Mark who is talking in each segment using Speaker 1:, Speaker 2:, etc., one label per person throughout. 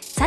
Speaker 1: さ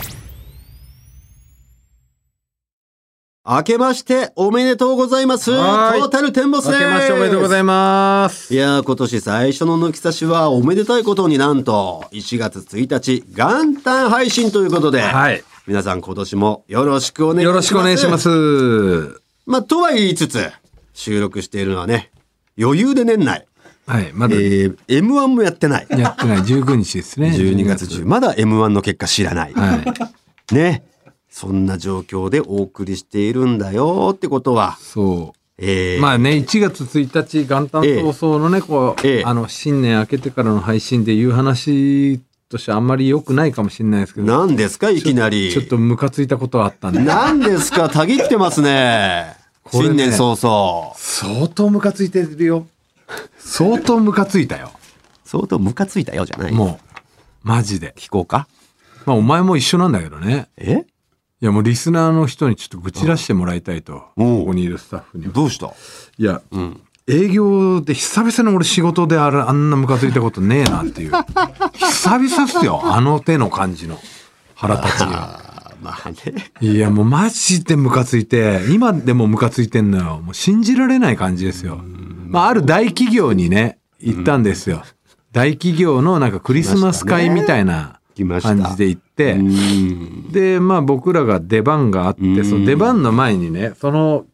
Speaker 2: ン
Speaker 3: 明けましておめでとうございます。ト
Speaker 4: はーい
Speaker 3: ータルテンボス
Speaker 4: 明けましておめでとうござ
Speaker 3: ま
Speaker 4: います。
Speaker 3: いやー、今年最初の抜き差しはおめでたいことになんと、1月1日、元旦配信ということで、
Speaker 4: はい。
Speaker 3: 皆さん今年もよろしくお願いします。
Speaker 4: よろしくお願いしま。す。
Speaker 3: まあ、とは言いつつ、収録しているのはね、余裕で年内、
Speaker 4: はい。ま
Speaker 3: え
Speaker 4: だや
Speaker 3: ー、M1 もやってない。
Speaker 4: ってない19日ですね。
Speaker 3: 12月10、まだ M1 の結果知らない。
Speaker 4: はい。
Speaker 3: ね。そんな状況でお送りしているんだよってことは、
Speaker 4: そ
Speaker 3: え
Speaker 4: う。
Speaker 3: ー、
Speaker 4: まあね、1月1日、元旦早々のね、こう、
Speaker 3: ええ
Speaker 4: あの、新年明けてからの配信で言う話としてあんまり良くないかもしれないですけど、
Speaker 3: 何ですかいきなり。
Speaker 4: ちょっとムカついたことはあったんで、
Speaker 3: 何ですかたぎってますね。
Speaker 4: これ
Speaker 3: 新
Speaker 4: ね
Speaker 3: 年早々。
Speaker 4: 相当ムカついてるよ。相当ムカついたよ。
Speaker 3: 相当ムカついたよじゃない
Speaker 4: もう、マジで。
Speaker 3: 聞こうか
Speaker 4: まあ、お前も一緒なんだけどね。
Speaker 3: え
Speaker 4: いや、もうリスナーの人にちょっと愚痴らしてもらいたいと、
Speaker 3: うん
Speaker 4: ここにいるスタッフには。
Speaker 3: どうした
Speaker 4: いや、営業で久々に俺仕事であれあんなムカついたことねえなっていう 久々っすよあの手の感じの腹立ち が
Speaker 3: あまあね。
Speaker 4: いやもうマジでムカついて今でもムカついてんのよもう信じられない感じですよ、まあ、ある大企業にね行ったんですよ、大企業のなんかクリスマス会みたいな
Speaker 3: 来ました
Speaker 4: 感じで行って、
Speaker 3: うん。
Speaker 4: でまあ僕らが出番があってその出番の前にねその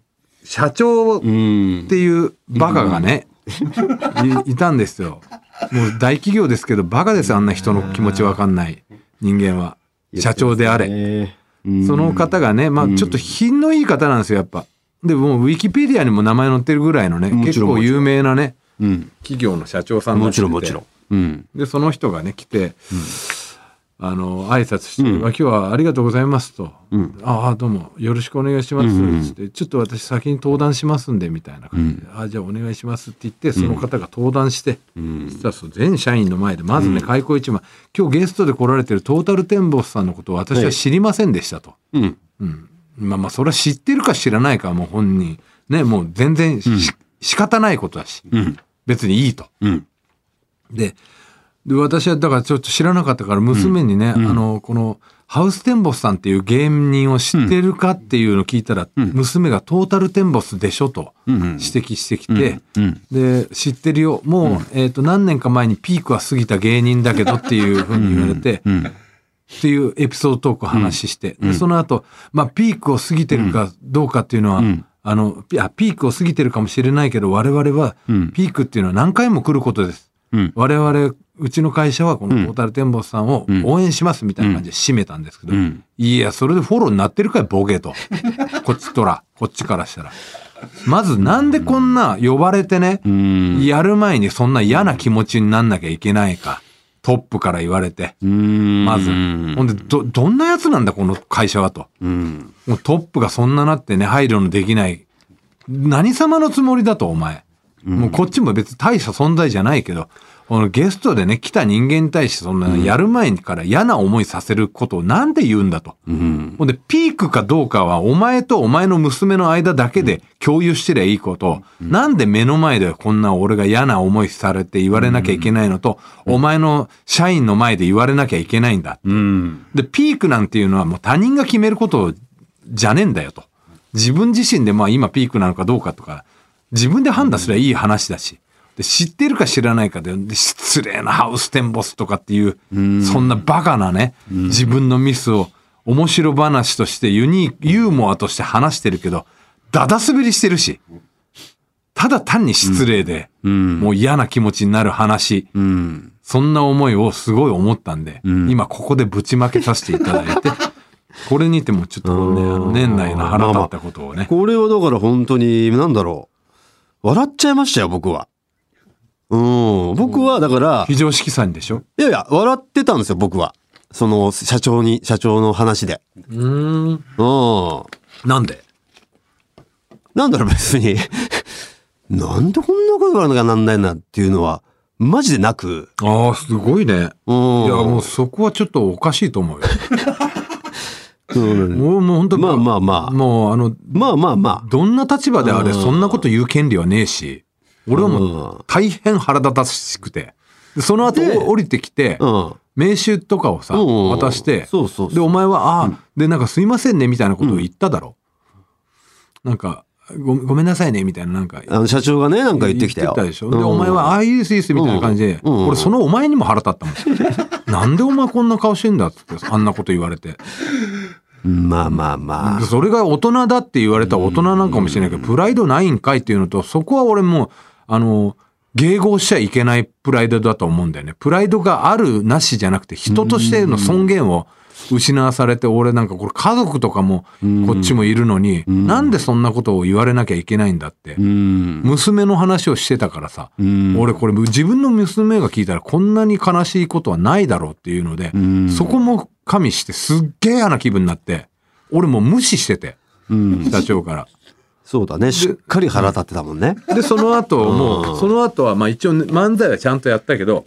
Speaker 4: 社
Speaker 3: う
Speaker 4: 長
Speaker 3: ん
Speaker 4: っ。ていうバカがね、いい たんですよ。もう大企業ですけど、バカですよ、あんな人の気持ちわかんない人間は。社長であれ。
Speaker 3: えー
Speaker 4: その方がね、まあちょっと品のいい方なんですよ、やっぱ。でも、ウィキペディアにも名前載ってるぐらいのね、
Speaker 3: もち
Speaker 4: 結
Speaker 3: ろん
Speaker 4: 構有名なね、
Speaker 3: うん。
Speaker 4: 企業の社長さん
Speaker 3: も
Speaker 4: なん
Speaker 3: ち
Speaker 4: です
Speaker 3: ろんもちろん。うん。
Speaker 4: で、その人がね、来て、あの、挨拶して、あ今日はありがとうございますと。ああ、どうも、よろしくお願いします。つって、ちょっと私先に登壇しますんで、みたいな感じで、ああ、じゃあお願いしますって言って、その方が登壇して、そしたらその全社員の前で、まずね、開口一番、今日ゲストで来られてるトータルテンボスさんのことを私は知りませんでしたと。
Speaker 3: うん。
Speaker 4: まあまあ、それは知ってるか知らないかはもう本人、ね、もう全然し、仕方ないことだし、別にいいと。
Speaker 3: うん。
Speaker 4: でで私はだからちょっと知らなかったから娘にね、あのこのハウステンボスさんっていう芸人を知ってるかっていうのを聞いたら、娘がトータルテンボスでしょと指摘してきて、で知ってるよもう、えー、と何年か前にピークは過ぎた芸人だけどっていうふうに言われて。っていうエピソードトークを話して、でその後、まあ、ピークを過ぎてるかどうかっていうのは、あのピあピークを過ぎてるかもしれないけど我々はピークっていうのは何回も来ることです、我々うちの会社はこのトータルテンボスさんを応援しますみたいな感じで締めたんですけど、いやそれでフォローになってるかいボケ とこっちとらこっちからしたら。まずなんでこんな呼ばれてね、やる前にそんな嫌な気持ちになんなきゃいけないかトップから言われて、
Speaker 3: うん。
Speaker 4: まず。
Speaker 3: うん。
Speaker 4: ほんで、ど、どんなやつなんだ、この会社はと。
Speaker 3: うん。
Speaker 4: もうトップがそんななってね、配慮のできない。何様のつもりだと、お前。もうこっちも別に大した存在じゃないけど、このゲストでね、来た人間に対してそんなやる前から嫌な思いさせることをなんで言うんだと。ほんで、ピークかどうかはお前とお前の娘の間だけで共有してりゃいいことを、なんで目の前でこんな俺が嫌な思いされて言われなきゃいけないのと、お前の社員の前で言われなきゃいけないんだ。で、ピークなんていうのはもう他人が決めることじゃねえんだよと。自分自身でまあ今ピークなのかどうかとか、自分で判断すればいい話だし。で、知ってるか知らないかで、で失礼なハウステンボスとかっていう、そんなバカなね、自分のミスを面白話としてユニーク、ユーモアとして話してるけど、だだ滑りしてるし。ただ単に失礼で、もう嫌な気持ちになる話、
Speaker 5: うん。
Speaker 4: そんな思いをすごい思ったんで、今ここでぶちまけさせていただいて、 これにてもちょっとこうね、あの年内の腹立ったことをね、
Speaker 3: これはだから本当に、なんだろう。笑っちゃいましたよ、僕は。うん。僕は、だから、
Speaker 4: 非常識さんでしょ
Speaker 3: いやいや、笑ってたんですよ、僕は。その、社長に、社長の話で。
Speaker 4: うん。
Speaker 3: うん。
Speaker 4: なんで
Speaker 3: なんだろう、別に。 なんでこんなこと言わなきゃなんないなっていうのは、マジでなく。
Speaker 4: ああ、すごいね。
Speaker 3: うん。
Speaker 4: いや、もうそこはちょっとおかしいと 思うよ。
Speaker 3: うん
Speaker 4: もう、もう本当
Speaker 3: まあまあまあ
Speaker 4: もう、あの、
Speaker 3: まあまあま
Speaker 4: どんな立場であれ、
Speaker 3: うん
Speaker 4: そんなこと言う権利はねえし、俺はも
Speaker 3: うん
Speaker 4: う大変腹立たしくて。でその後
Speaker 3: で
Speaker 4: お降りてきて
Speaker 3: あ。、うん。
Speaker 4: 名刺とかをさ、
Speaker 3: うん
Speaker 4: 渡して、
Speaker 3: そうそうそう
Speaker 4: で、お前は、ああ、で、なんかすいませんね、みたいなことを言っただろ。なんか、ごごめんなさいね、みたいな、なんか。
Speaker 3: あの、社長がね、なんか言ってきたよ。
Speaker 4: でしょ。で、お前は、ああ、いいです、いいです、みたいな感じで、
Speaker 3: うんうん
Speaker 4: 俺、そのお前にも腹立ったも ん。なんでお前こんな顔してんだっつって、あんなこと言われて。
Speaker 3: うんまあまあまあ。
Speaker 4: それが大人だって言われたら大人なんかもしれないけど、プライドないんかいっていうのと、そこは俺もう、あの、迎合しちゃいけないプライドだと思うんだよね。プライドがあるなしじゃなくて、人としての尊厳を失わされて、俺なんかこれ家族とかもこっちもいるのに、なんでそんなことを言われなきゃいけないんだって。
Speaker 5: うん。
Speaker 4: 娘の話をしてたからさ、俺これ自分の娘が聞いたらこんなに悲しいことはないだろうっていうので、そこも加味してすっげえ嫌な気分になって、俺もう無視してて、社長か
Speaker 3: そうだね。しっかり腹立ってたもんね。
Speaker 4: ら。で、その後、もう、その後は、まあ一応ね漫才はちゃんとやったけど、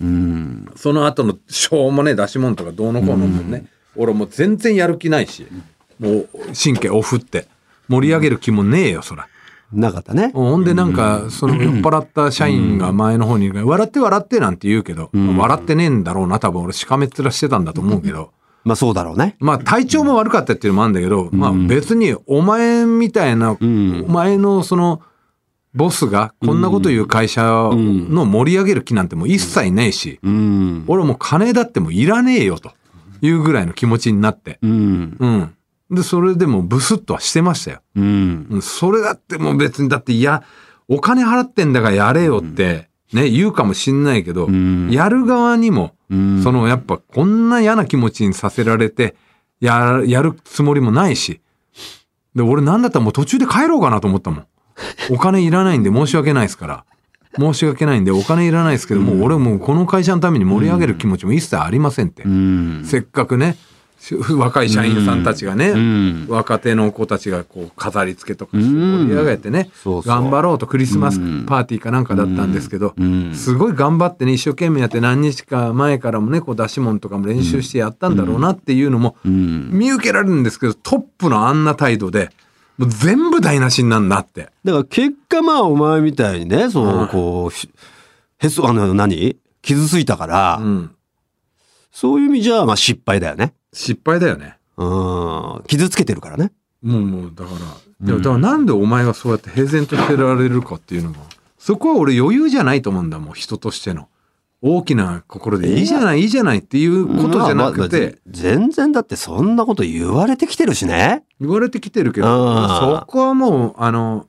Speaker 4: その後のしょうもねえ出し物とかどうのこうのもね、俺もう全然やる気ないし、もう神経オフって、盛り上げる気もねえよ、そら。
Speaker 3: なかったね。
Speaker 4: ほんでなんか、その酔っ払った社員が前の方にいるから、笑って笑ってなんて言うけど、笑ってねえんだろうな、多分俺しかめっ面してたんだと思うけど、
Speaker 3: まあそうだろうね。
Speaker 4: まあ体調も悪かったっていうのもあるんだけど、まあ別にお前みたいな、お前のその、ボスがこんなこと言う会社の盛り上げる気なんてもう一切ねえし、
Speaker 5: うん。
Speaker 4: 俺もう金だってもういらねえよというぐらいの気持ちになって、
Speaker 5: うん。
Speaker 4: うん。で、それでもブスッとはしてましたよ。
Speaker 5: うん。
Speaker 4: うんそれだってもう別に、だっていや、お金払ってんだからやれよって、ね、言うかもしんないけど、
Speaker 5: ん
Speaker 4: やる側にも、
Speaker 5: うん
Speaker 4: そのやっぱこんな嫌な気持ちにさせられて、や、やるつもりもないし、で、俺なんだったらもう途中で帰ろうかなと思ったもん。お金いらないんで申し訳ないですから。申し訳ないんでお金いらないですけど、もう俺もうこの会社のために盛り上げる気持ちも一切ありませんって。
Speaker 5: うん。
Speaker 4: せっかくね、し若い社員さんたちがね、
Speaker 5: ん
Speaker 4: 若手の子たちがこう飾り付けとかして盛り上げてね、
Speaker 3: そうそう
Speaker 4: 頑張ろうとクリスマスパーティーかなんかだったんですけど、すごい頑張ってね、一生懸命やって何日か前からもね、こう出し物とかも練習してやったんだろうなっていうのも見受けられるんですけど、トップのあんな態度で、もう全部台無しになんなって。
Speaker 3: だから結果まあお前みたいにね、その、こう、ひへそ、あの、何傷ついたから、
Speaker 4: うん。
Speaker 3: そういう意味じゃ、まあ失敗だよね。
Speaker 4: 失敗だよね。
Speaker 3: うん。傷つけてるからね。
Speaker 4: もうもうだから、でもだからなんでお前がそうやって平然としてられるかっていうのがそこは俺余裕じゃないと思うんだもん人としての大きな心でいいじゃない、いいじゃないっていうことじゃなくて、
Speaker 3: まあまあ全然だってそんなこと言われてきてるしね。
Speaker 4: 言われてきてるけど
Speaker 3: あー
Speaker 4: そこはもうあの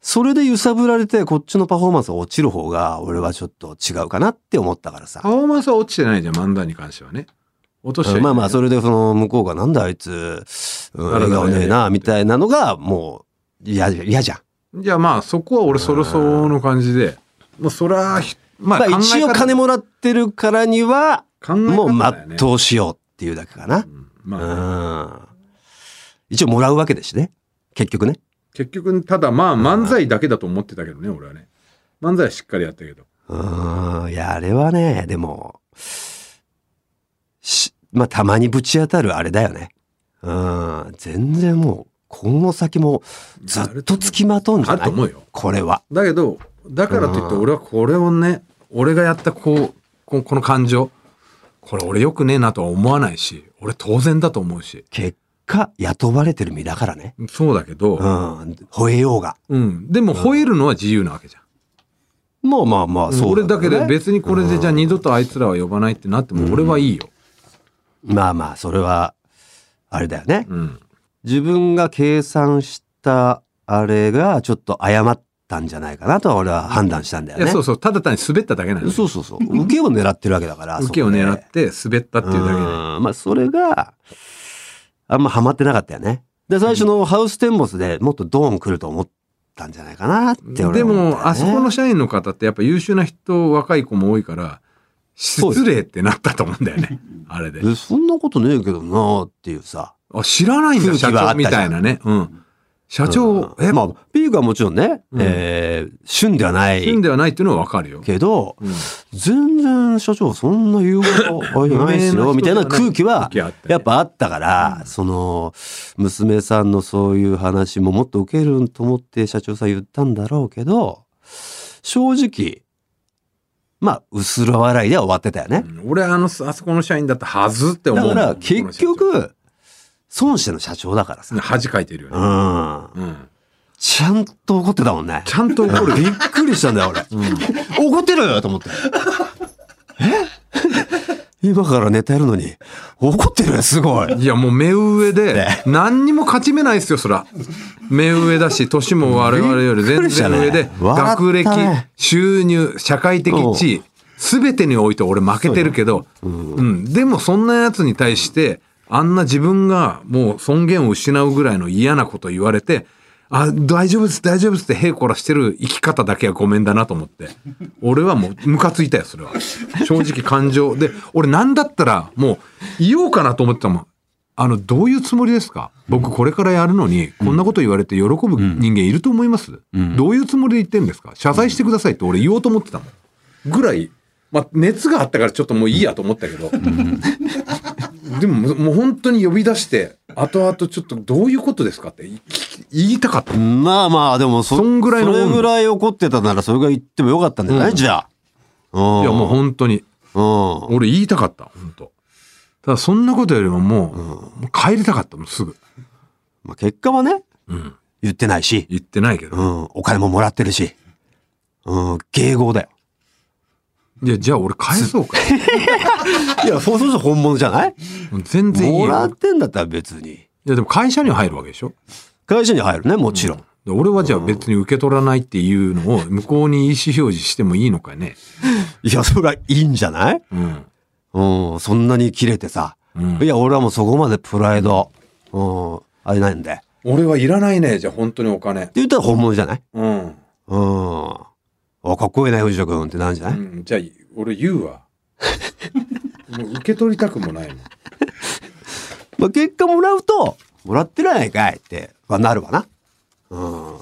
Speaker 3: それで揺さぶられてこっちのパフォーマンスが落ちる方が俺はちょっと違うかなって思ったからさ。
Speaker 4: パフォーマンスは落ちてないじゃん漫談に関してはね落として
Speaker 3: うんまあまあそ
Speaker 4: れ
Speaker 3: れでその向こうがなんだあいつ、うん、
Speaker 4: だら
Speaker 3: 笑
Speaker 4: だら
Speaker 3: 顔ねえ
Speaker 4: や
Speaker 3: なみたいなのがもう嫌じゃ嫌じゃん。
Speaker 4: いやまあそこは俺そろそろの感じでもうそれはひまあ
Speaker 3: まあ
Speaker 4: 考え方
Speaker 3: 一応金もらってるからには
Speaker 4: 考え
Speaker 3: もう
Speaker 4: 方だよね
Speaker 3: 全うしようっていうだけかな。
Speaker 4: うん
Speaker 3: う
Speaker 4: まあ
Speaker 3: ん。一応もらうわけですしね。結局ね。
Speaker 4: 結局ただまあ漫才だけだと思ってたけどね俺はね漫才はしっかりやったけど
Speaker 3: うん。いやあれはねでもしまあたまにぶち当たるあれだよね。うん。全然もうこの先もずっとつきまとうんじゃ
Speaker 4: ある
Speaker 3: な
Speaker 4: と
Speaker 3: い
Speaker 4: 思うよ
Speaker 3: これは。
Speaker 4: だけどだからといって俺はこれをね俺がやったこうここの感情これ俺よくねえなとは思わないし俺当然だと思うし
Speaker 3: 結果雇われてる身だからね。
Speaker 4: そうだけ
Speaker 3: う
Speaker 4: ど、
Speaker 3: ん。吠えようが。
Speaker 4: うんでも吠えるのは自由なわけじゃん、
Speaker 3: まあまあまあ、そう
Speaker 4: 俺だけ
Speaker 3: ね
Speaker 4: で別にこれでじゃあ二度とあいつらは呼ばないってなっても俺はいいよ、
Speaker 3: まあまあ、それは、あれだよね。
Speaker 4: うん
Speaker 3: 自分が計算したあれがちょっと誤ったったんじゃないかなと俺は判断したんだ
Speaker 4: い
Speaker 3: よ
Speaker 4: や
Speaker 3: ね。
Speaker 4: そうそうただ単に滑っただけなのよ
Speaker 3: そうそうそう。受けを狙ってるわけだから。
Speaker 4: 受けを狙って滑ったっていうだけで、
Speaker 3: うんまあそれがあんまハマってなかったよねで最初のハウステンボスでもっとドーン来ると思ったんじゃないかなって俺
Speaker 4: で
Speaker 3: は思ったよね
Speaker 4: もあそこの社員の方ってやっぱ優秀な人若い子も多いから
Speaker 3: うです
Speaker 4: 失礼ってなったと思うんだよ ねあれで
Speaker 3: えそんなことねえけどなーっていうさ
Speaker 4: あ知らないんだ
Speaker 3: 空気
Speaker 4: 社
Speaker 3: があっ
Speaker 4: 長
Speaker 3: た
Speaker 4: み
Speaker 3: じゃん
Speaker 4: たいなね、うん、社長、
Speaker 3: うん
Speaker 4: え
Speaker 3: ま
Speaker 4: まあ
Speaker 3: あピークはもちろんね、
Speaker 4: うん
Speaker 3: えー旬ではない
Speaker 4: んではないっていうのは分かるよ、
Speaker 3: けど、
Speaker 4: うん
Speaker 3: 全然社長そんな言うことあれじゃないです よみたいな空気は
Speaker 4: 空気あったね
Speaker 3: やっぱあったから、その娘さんのそういう話ももっと受けると思って社長さん言ったんだろうけど正直まあ薄ら笑いでは終わってたよね
Speaker 4: う。ん俺あのあそこの社員だったはずって思
Speaker 3: だ
Speaker 4: う
Speaker 3: か
Speaker 4: もん
Speaker 3: ら
Speaker 4: この
Speaker 3: 結
Speaker 4: 社長
Speaker 3: 局孫子の社長だからさ、
Speaker 4: 恥かいてるよ
Speaker 3: う
Speaker 4: ね、
Speaker 3: ん、
Speaker 4: うん、
Speaker 3: ちゃんと怒ってたもんね。
Speaker 4: ちゃんと怒る
Speaker 3: びっくりしたんだよ、俺。怒ってると思って。え 今からネタやるのに、怒ってるすごい。
Speaker 4: いやもう目上で
Speaker 3: ね
Speaker 4: 何にも勝ち目ないですよそら目上だし年も我々より全然上
Speaker 3: びっくり
Speaker 4: で
Speaker 3: したね笑った
Speaker 4: 学
Speaker 3: ね
Speaker 4: 歴収入社会的地位全てにおいて俺負けてるけどうんでもそんなやつに対してあんな自分がもう尊厳を失うぐらいの嫌なこと言われてあ大丈夫です大丈夫ですってへいこらしてる生き方だけはごめんだなと思って俺はもうムカついたよそれは正直感情で俺なんだったらもう言おうかなと思ってたもんあのどういうつもりですか僕これからやるのにこんなこと言われて喜ぶ人間いると思います、どういうつもりで言ってんですか謝罪してくださいって俺言おうと思ってたもんぐらい、まあ、熱があったからちょっともういいやと思ったけど、でももうもう本当に呼び出して後々ちょっとどういうことですかって聞き言いたかった
Speaker 3: まあまあ、でもそ、
Speaker 4: そんぐらいの
Speaker 3: それぐらい怒ってたなら、それが言ってもよかったんじゃない、
Speaker 4: うん
Speaker 3: じゃあ。うん。
Speaker 4: いやもう本当に
Speaker 3: う、ん。
Speaker 4: 俺言いたかった本当ただそんなことよりももう,、もう帰りたかったもうすぐ
Speaker 3: まあ、結果はね、言ってないし、
Speaker 4: 言ってないけど、
Speaker 3: うん、お金ももらってるし、うん、迎合だよ。
Speaker 4: いやじゃあ俺返そうか
Speaker 3: いや、そうすると本物じゃない
Speaker 4: もう全然いい
Speaker 3: もら
Speaker 4: よ
Speaker 3: ってんだったら別に。
Speaker 4: いやでも会社には入るわけでしょ
Speaker 3: 会社に入るね、もちろん。
Speaker 4: で俺はじゃあ別に受け取らないっていうのを向こうに意思表示してもいいのかね
Speaker 3: いや、それはいいんじゃない
Speaker 4: うん
Speaker 3: うん、そんなに切れてさ。
Speaker 4: うん
Speaker 3: いや、俺はもうそこまでプライド、うん、あれないんで。って
Speaker 4: 俺はいらないねじゃあ本当にお金
Speaker 3: 言ったら本物じゃない
Speaker 4: うん、
Speaker 3: うん。あ、かっこいいね、藤田君ってなんじゃない、
Speaker 4: ん、じゃあ俺言うわ もう受け取りたくもないもん
Speaker 3: まあ、結果もらうと、もらってるやないかいって、まあ、なるわな。うん。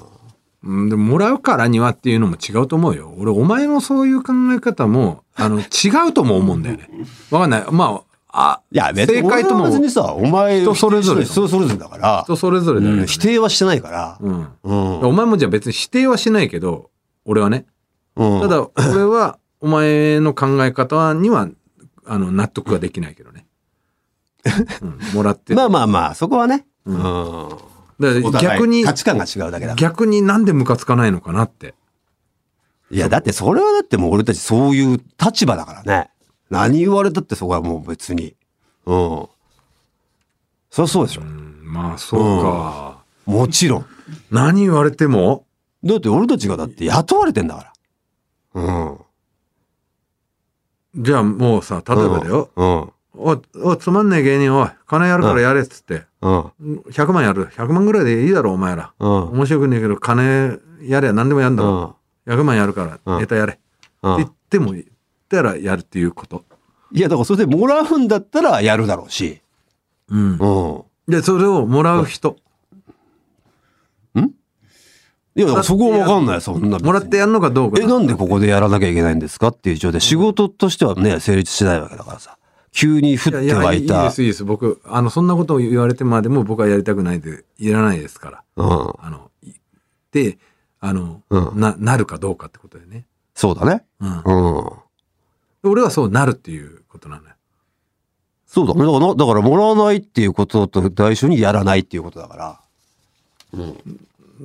Speaker 4: うん、でももらうからにはっていうのも違うと思うよ。俺、お前のそういう考え方も、あの、違うとも思うんだよね。わかんない。まあ、あ、
Speaker 3: いや、別に、
Speaker 4: 正解
Speaker 3: 俺
Speaker 4: と
Speaker 3: は
Speaker 4: も、
Speaker 3: 別に
Speaker 4: 人
Speaker 3: さ、お前、
Speaker 4: 人それぞれ
Speaker 3: 人それぞれだから、
Speaker 4: それぞれだよ
Speaker 3: う
Speaker 4: ね。
Speaker 3: ん、否定はしてないから。
Speaker 4: うん。
Speaker 3: うん。
Speaker 4: お前もじゃあ別に否定はしないけど、俺はね。
Speaker 3: うん
Speaker 4: ただ、俺は、お前の考え方には、あの、納得はできないけど ね。うん、もらって。
Speaker 3: まあ
Speaker 4: だか
Speaker 3: まあまあ、そこはね。うん。
Speaker 4: ら
Speaker 3: お互い
Speaker 4: 逆に
Speaker 3: 価、値観が違うだけだから
Speaker 4: 逆になんでムカつかないのかなって。
Speaker 3: いや、だってそれはだってもう俺たちそういう立場だからね。何言われたってそこはもう別に。うん。そりゃそうでしょ。
Speaker 4: うん、まあ、そうか。
Speaker 3: もちろん。
Speaker 4: 何言われても、
Speaker 3: だって俺たちがだって雇われてんだから。うん。
Speaker 4: じゃあもうさ、例えばだよ。
Speaker 3: うん。
Speaker 4: おい、おい、つまんねえ芸人、おい、金やるからやれっつって。
Speaker 3: うん。
Speaker 4: 100万やる。100万ぐらいでいいだろ、お前ら。
Speaker 3: うん
Speaker 4: 面白くねえけど、金やれゃ何でもやんだろ。100万やるから、
Speaker 3: うん
Speaker 4: ネタやれ。って
Speaker 3: うん。
Speaker 4: 言っても、言ったらやるっていうこと。
Speaker 3: いや、だからそれでもらうんだったらやるだろうし。
Speaker 4: うん。
Speaker 3: うん。
Speaker 4: で、それをもらう人。
Speaker 3: いや、だからそこはわかんない、そんな。
Speaker 4: もらってやるのかどうか。
Speaker 3: え、なんでここでやらなきゃいけないんですかっていう状態。仕事としてはね、成立しないわけだからさ。急に降っ
Speaker 4: いやい
Speaker 3: て
Speaker 4: や、
Speaker 3: はい
Speaker 4: い
Speaker 3: い
Speaker 4: いで
Speaker 3: た。
Speaker 4: す、いいです。僕、あの、そんなことを言われてまでも僕はやりたくないで、いらないですから。
Speaker 3: うん。
Speaker 4: あの、いで、あの、
Speaker 3: うん
Speaker 4: な、なるかどうかってことだよね。
Speaker 3: そうだね。
Speaker 4: うん。
Speaker 3: うん。
Speaker 4: 俺はそうなるっていうことなのよ。
Speaker 3: そうだね。だからな、だからもらわないっていうことと代償にやらないっていうことだから。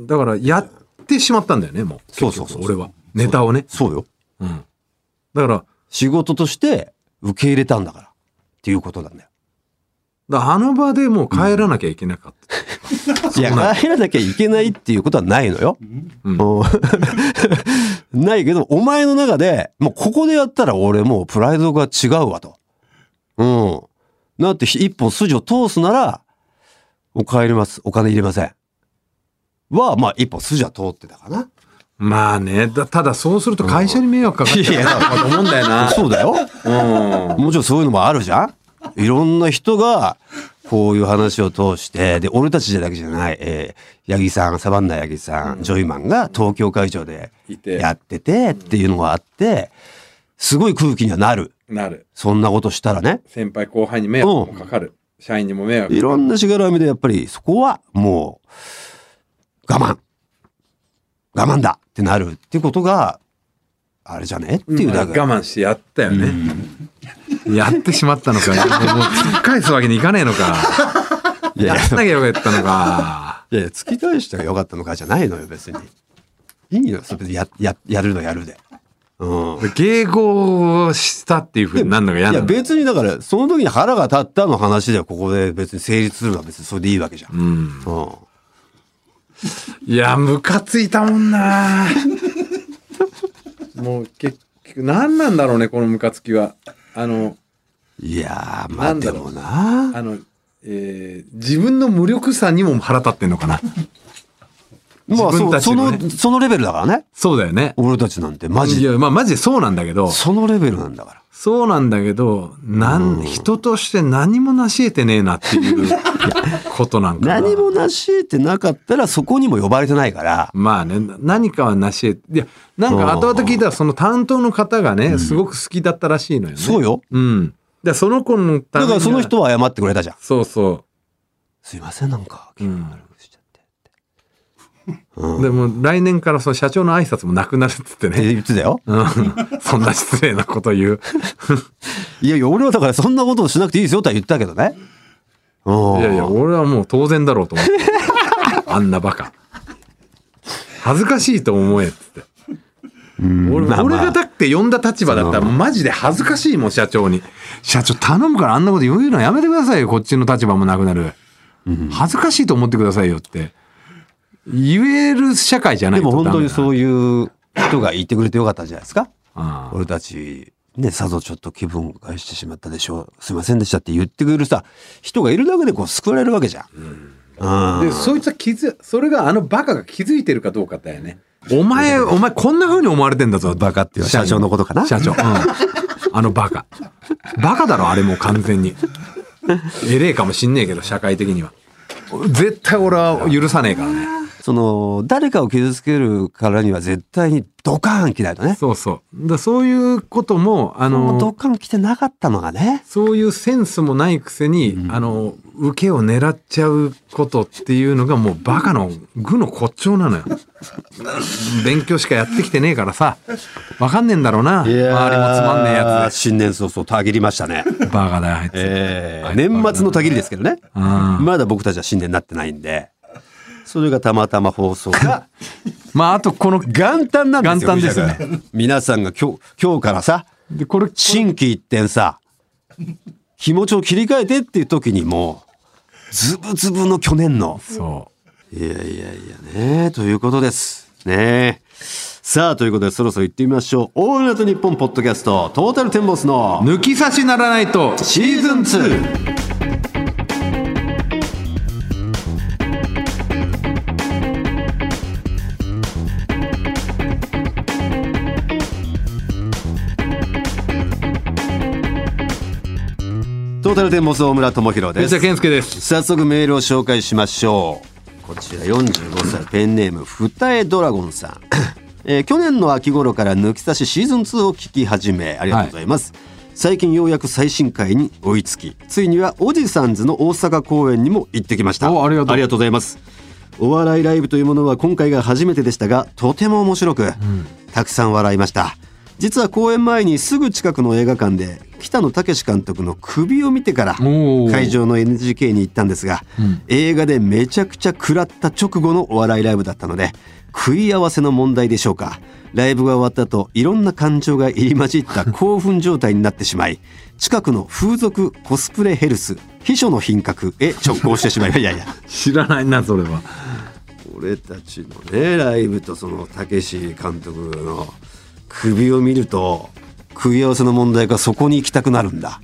Speaker 4: だからやってしまったんだよねもう
Speaker 3: そうそうそう
Speaker 4: 結局俺はネタをね
Speaker 3: そうよ。
Speaker 4: うんだから
Speaker 3: 仕事として受け入れたんだから。っていうことなんだよ。
Speaker 4: だあの場でもう帰らなきゃいけなかった、そ
Speaker 3: いうや、
Speaker 4: なん
Speaker 3: 帰らなきゃいけないっていうことはないのよ。うんないけど、お前の中で、もうここでやったら俺もうプライドが違うわと。うん。だって一本筋を通すなら、お帰ります。お金入れません。は、まあ一本筋は通ってたかな。
Speaker 4: まあねだただそうすると会社に迷惑かかっちゃうかなと思うんだよ な
Speaker 3: そうだよ。もちろんそういうのもあるじゃんいろんな人が、こういう話を通して、で、俺たちだけじゃない、えー、八木さん、サバンナ八木さん、ジョイマンが東京会場でやっててっていうのがあって、すごい空気にはなる。
Speaker 4: なる
Speaker 3: そんなことしたらね。
Speaker 4: 先輩後輩に迷
Speaker 3: 惑も
Speaker 4: かかる社員にも迷惑
Speaker 3: いろんなしがらみで、やっぱりそこはもう、我慢。我慢だってなるってことが、あれじゃねっていうだけ。
Speaker 4: 慢してやったよね、やってしまったのかもう突き 返すわけにいかねえのか
Speaker 3: いや
Speaker 4: や
Speaker 3: いや
Speaker 4: らなきゃよかったのか
Speaker 3: いやいや、突き返したが良かったのかじゃないのよ、別に。いいよ、それでや、や、やるのやるで。うん。
Speaker 4: 迎合をしたっていうふうになるのが嫌
Speaker 3: い
Speaker 4: な
Speaker 3: や、
Speaker 4: んだ
Speaker 3: 別にだから、その時に腹が立ったの話では、ここで別に成立するのは別にそれでいいわけじゃん。
Speaker 4: うん
Speaker 3: うん。
Speaker 4: いやムカついたもんな もう結局何なんだろうねこのムカつきはあの
Speaker 3: いやー、ま
Speaker 4: な
Speaker 3: あ
Speaker 4: んだ
Speaker 3: で
Speaker 4: ろ
Speaker 3: も
Speaker 4: う
Speaker 3: な。
Speaker 4: あの、えー自分の無力さにも腹立ってんのかな。
Speaker 3: まあ、
Speaker 4: 自分
Speaker 3: そ
Speaker 4: たち
Speaker 3: そ
Speaker 4: の
Speaker 3: の
Speaker 4: ね、
Speaker 3: そのレベルだからね。
Speaker 4: そうだよね。
Speaker 3: 俺たちなんて、マジ
Speaker 4: い
Speaker 3: で。
Speaker 4: や、まあ、マジでそうなんだけど、
Speaker 3: そのレベルなんだから。
Speaker 4: そうなんだけど、なん、人として何も成し得てねえなっていう ことなんかな。
Speaker 3: 何も成し得てなかったら、そこにも呼ばれてないから。
Speaker 4: まあね、な何かは成し得て、いや、なんか後々聞いたら、その担当の方がね、すごく好きだったらしいのよね。
Speaker 3: そう
Speaker 4: よ。
Speaker 3: よ。
Speaker 4: うん。で、その子のた
Speaker 3: だ
Speaker 4: め
Speaker 3: か
Speaker 4: には
Speaker 3: ら、その人は謝ってくれたじゃん。
Speaker 4: そうそ
Speaker 3: すいません、なんか、気分悪くしちゃって。
Speaker 4: う。でも、来年からその社長の挨拶もなくなるっつって
Speaker 3: って
Speaker 4: ね。
Speaker 3: 言ってたよ。
Speaker 4: うん。そんな失礼なこと言う。
Speaker 3: いやいや、俺はだからそんなことをしなくていいですよとは言ったけどね。うん
Speaker 4: いやいや、俺はもう当然だろうと 思って。あんなバカ。恥ずかしいと思えっつって。
Speaker 3: ま
Speaker 4: 俺
Speaker 3: あまあ
Speaker 4: 俺がだって呼んだ立場だったらマジで恥ずかしいもん社長に社長頼むからあんなこと言うのやめてくださいよこっちの立場もなくなる恥ずかしいと思ってくださいよって言える社会じゃない
Speaker 3: で
Speaker 4: と
Speaker 3: も本当にそう
Speaker 4: い
Speaker 3: い
Speaker 4: う
Speaker 3: う人がいてくれてよかったんじゃないですか。
Speaker 4: あ
Speaker 3: 俺たち、ね、さぞちょっと気分を害してしまったでしょう。すいませんでしたって言ってくれるさ、人がいるだけでこう救われるわけじゃん。うん。
Speaker 4: でそいつは気づそれがあのバカが気づいてるかどうかだよね お前お前こんな風に思われてんだぞ
Speaker 3: バカっていうのは社長のことかな。
Speaker 4: 社長、うん、あのバカバカだろあれもう完全 にえれえかもしんねえけど社会的には絶対俺は許さねえからね
Speaker 3: その、誰かを傷つけるからには絶対にドカーン来ないとね。
Speaker 4: そうそうだそういうこともあ
Speaker 3: もうド
Speaker 4: の
Speaker 3: カーン来てなかったのがね。
Speaker 4: そういうセンスもないくせに、あの受けを狙っちゃうことっていうのがもうバカの愚の骨頂な のよ勉強しかやってきてねえからさわかんねえんだろうな周りもつまんねえやつ
Speaker 3: 新年早々たぎりましたね。
Speaker 4: でバカだよあいつ、
Speaker 3: えー年末の限りですけどね、
Speaker 4: ん
Speaker 3: まだ僕たちは新年になってないんでそれがたまたま放送が
Speaker 4: まああとこの
Speaker 3: 元旦なんですよ
Speaker 4: 元旦ですね
Speaker 3: 藤田君皆さんが今日今日からさ
Speaker 4: でこれ
Speaker 3: 心機一転さ気持ちを切り替えてっていう時にもうズブズブの去年の
Speaker 4: そう
Speaker 3: いやいやいやねということですねさあということでそろそろ行ってみましょう「オールナイトニッポン」ポッドキャストトータルテンボスの
Speaker 4: 抜き差しならないと
Speaker 3: シーズン2トータルテンボス大村智弘で
Speaker 4: 吉田
Speaker 3: す
Speaker 4: 健介です
Speaker 3: 早速メールを紹介しましょうこちら45歳ペンネーム二重ドラゴンさん、 えー去年の秋頃から抜き差しシーズン2を聞き始めありがとうございます、最近ようやく最新回に追いつきついにはおじさんズの大阪公演にも行ってきました
Speaker 4: おありがとう
Speaker 3: ございますお笑いライブというものは今回が初めてでしたがとても面白く、たくさん笑いました実は公演前にすぐ近くの映画館で北野武監督の首を見てから
Speaker 4: おー
Speaker 3: 会場の NGK に行ったんですが、映画でめちゃくちゃ食らった直後のお笑いライブだったので食い合わせの問題でしょうかライブが終わった後いろんな感情が入り混じった 興奮状態になってしまい近くの風俗コスプレヘルス秘書の品格へ直行してしまいま したいやいや
Speaker 4: 知らないなそれは
Speaker 3: 俺たちのねライブとそのたけし監督の首を見ると食い合わせの問題がそこに行きたくなるんだ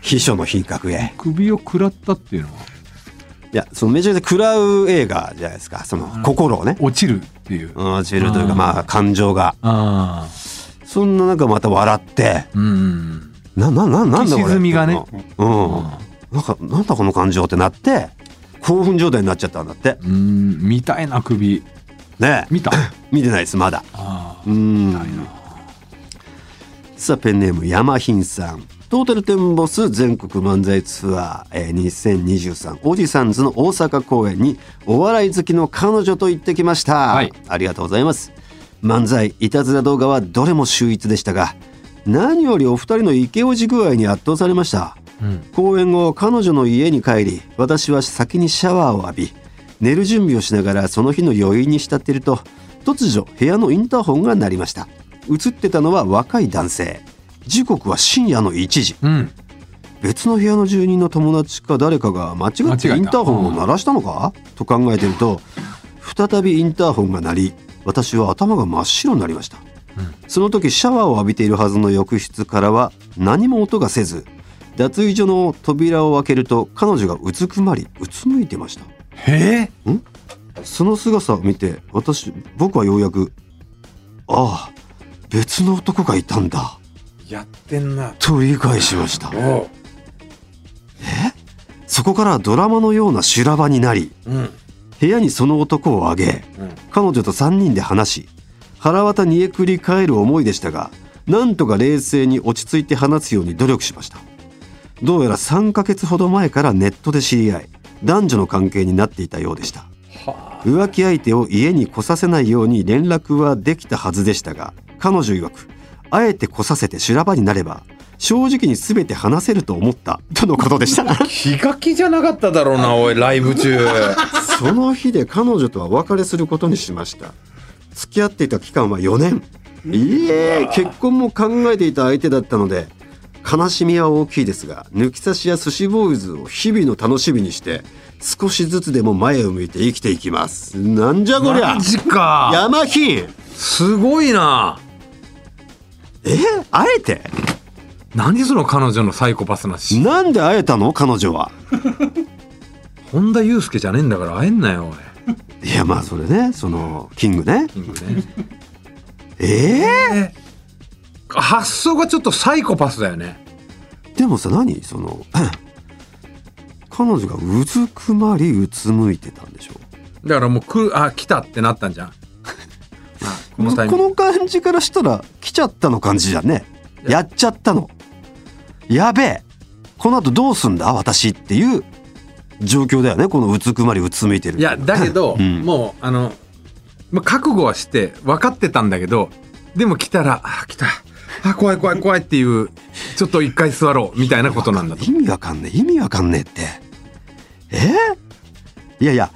Speaker 3: 秘書の品格へ
Speaker 4: 首を食らったっていうのはい
Speaker 3: やそのめちゃくちゃ食らう映画じゃないですかその心をね
Speaker 4: 落ちるっていうあ
Speaker 3: 落ちるというか
Speaker 4: あー
Speaker 3: まあ感情が
Speaker 4: あ
Speaker 3: そんな中また笑って
Speaker 4: ーうん
Speaker 3: ななななんだこれ
Speaker 4: 沈みがね
Speaker 3: うん、なんかなんだこの感情ってなって興奮状態になっちゃったんだって
Speaker 4: うん見たいな首
Speaker 3: ねえ
Speaker 4: 見 た
Speaker 3: 見てないですまだ
Speaker 4: あ
Speaker 3: うん
Speaker 4: あ
Speaker 3: さあペンネーム山ンさんトータルテンボス全国漫才ツアー、えー2023おじさんズの大阪公演にお笑い好きの彼女と行ってきました、
Speaker 4: はい
Speaker 3: ありがとうございます漫才いたずら動画はどれも秀逸でしたが何よりお二人のイケオジ具合に圧倒されました、公演後彼女の家に帰り私は先にシャワーを浴び寝る準備をしながらその日の余韻に浸っていると突如部屋のインターホンが鳴りました映ってたのは若い男性時刻は深夜の1時
Speaker 4: うん
Speaker 3: 別の部屋の住人の友達か誰かが間違って
Speaker 4: 間違えた
Speaker 3: インターホンを鳴らしたのかと考えてると再びインターホンが鳴り私は頭が真っ白になりました、その時シャワーを浴びているはずの浴室からは何も音がせず脱衣所の扉を開けると彼女がうずくまりうつむいてました
Speaker 4: へえ
Speaker 3: その姿を見て私僕はようやくああ別の男がいたんだ
Speaker 4: やってんな
Speaker 3: と理解しました
Speaker 4: お
Speaker 3: そこからドラマのような修羅場になり
Speaker 4: うん
Speaker 3: 部屋にその男をあげ
Speaker 4: うん
Speaker 3: 彼女と3人で話し腹渡煮えくり返る思いでしたがなんとか冷静に落ち着いて話すように努力しましたどうやら3ヶ月ほど前からネットで知り合い男女の関係になっていたようでした浮気相手を家に来させないように連絡はできたはずでしたが彼女曰くあえて来させて修羅場になれば正直に全て話せると思ったとのことでした
Speaker 4: 気が気じゃなかっただろうなおいライブ中
Speaker 3: その日で彼女とはお別れすることにしました付き合っていた期間は4年いいえ結婚も考えていた相手だったので悲しみは大きいですが抜き差しや寿司ボーイズを日々の楽しみにして少しずつでも前を向いて生きていきますなんじゃこりゃ
Speaker 4: マジか
Speaker 3: 山金
Speaker 4: すごいな
Speaker 3: えあえて
Speaker 4: 何その彼女のサイコパスなし
Speaker 3: なんで会えたの彼女は
Speaker 4: 本田祐介じゃねえんだから会えんなよおい
Speaker 3: いやまあそれねそのキングね
Speaker 4: キングね
Speaker 3: え
Speaker 4: 発想がちょっとサイコパスだよね
Speaker 3: ー、でもさ何その 彼女がうずくまりうつむいてたんでしょ
Speaker 4: だからもうくあ来たってなったんじゃんあこのタイミ
Speaker 3: こ
Speaker 4: ング
Speaker 3: の感じからしたら来ちゃったの感じじゃんねやっちゃったのやべえこの後どうすんだ私っていう状況だよねこのうつくまりうつむいてる
Speaker 4: いやだけど、
Speaker 3: ん
Speaker 4: もうあの、まあ、覚悟はして分かってたんだけどでも来たらあ来たあ怖い怖い怖いっていうちょっと一回座ろうみたいなことなんだと
Speaker 3: 意味わかんねえ意味わかんねえってえーいやいや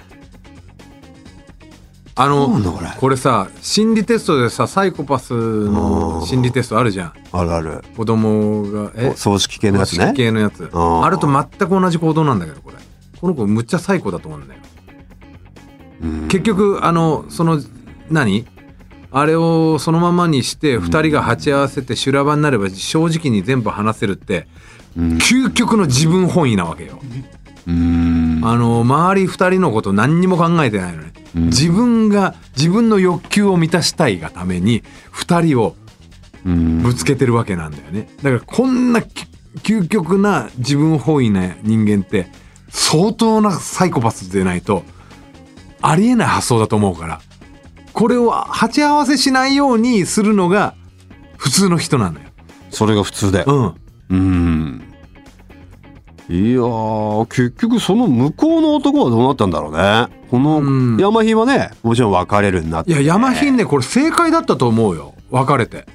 Speaker 4: あの
Speaker 3: そうなんだこれ
Speaker 4: さ心理テストでさサイコパスの心理テストあるじゃん
Speaker 3: あるある
Speaker 4: 子供がえ
Speaker 3: お葬式系のやつね
Speaker 4: 系のやつ
Speaker 3: あー
Speaker 4: あれと全く同じ行動なんだけどこれこの子むっちゃ最高だと思うんだよ
Speaker 3: うん
Speaker 4: 結局あのその何あれをそのままにして2人が鉢合わせて修羅場になれば正直に全部話せるって
Speaker 3: うん
Speaker 4: 究極の自分本位なわけよ
Speaker 3: うん
Speaker 4: あの周り2人のこと何にも考えてないのね自分が自分の欲求を満たしたいがために2人を
Speaker 3: うん
Speaker 4: ぶつけてるわけなんだよねだからこんなき究極な自分本位な人間って相当なサイコパスでないとありえない発想だと思うからこれを鉢合わせしないようにするのが普通の人なのよ。
Speaker 3: それが普通だよ
Speaker 4: う
Speaker 3: う
Speaker 4: ん
Speaker 3: ん。いやー、結局その向こうの男はどうなったんだろうね。こ
Speaker 4: うん
Speaker 3: の山比はね、もちろん別れるになっ
Speaker 4: い
Speaker 3: て。
Speaker 4: や山ひんねこれ正解だったと思うよ別れて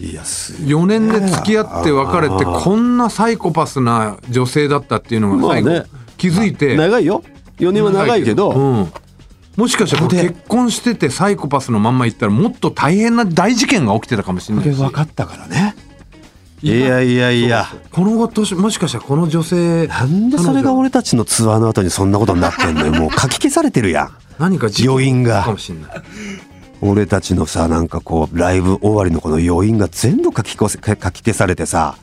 Speaker 3: いや、す
Speaker 4: 4年で付き合って別れて
Speaker 3: あー
Speaker 4: こんなサイコパスな女性だったっていうのが最後、
Speaker 3: まあね
Speaker 4: 気づいて
Speaker 3: 長いよ。4年は長いけど、
Speaker 4: うんもしかしたらこれ結婚しててサイコパスのまんま行ったらもっと大変な大事件が起きてたかもしれないし
Speaker 3: 分かったからねいやいやいや
Speaker 4: この年もしかしたらこの女性
Speaker 3: なんでそれが俺たちのツアーの後にそんなことになってんの よもうかき消されてるやん
Speaker 4: 何か事件
Speaker 3: 余韻が
Speaker 4: かもしれない
Speaker 3: 俺たちのさなんかこうライブ終わりのこの余韻が全部書きこせかかき消されてさ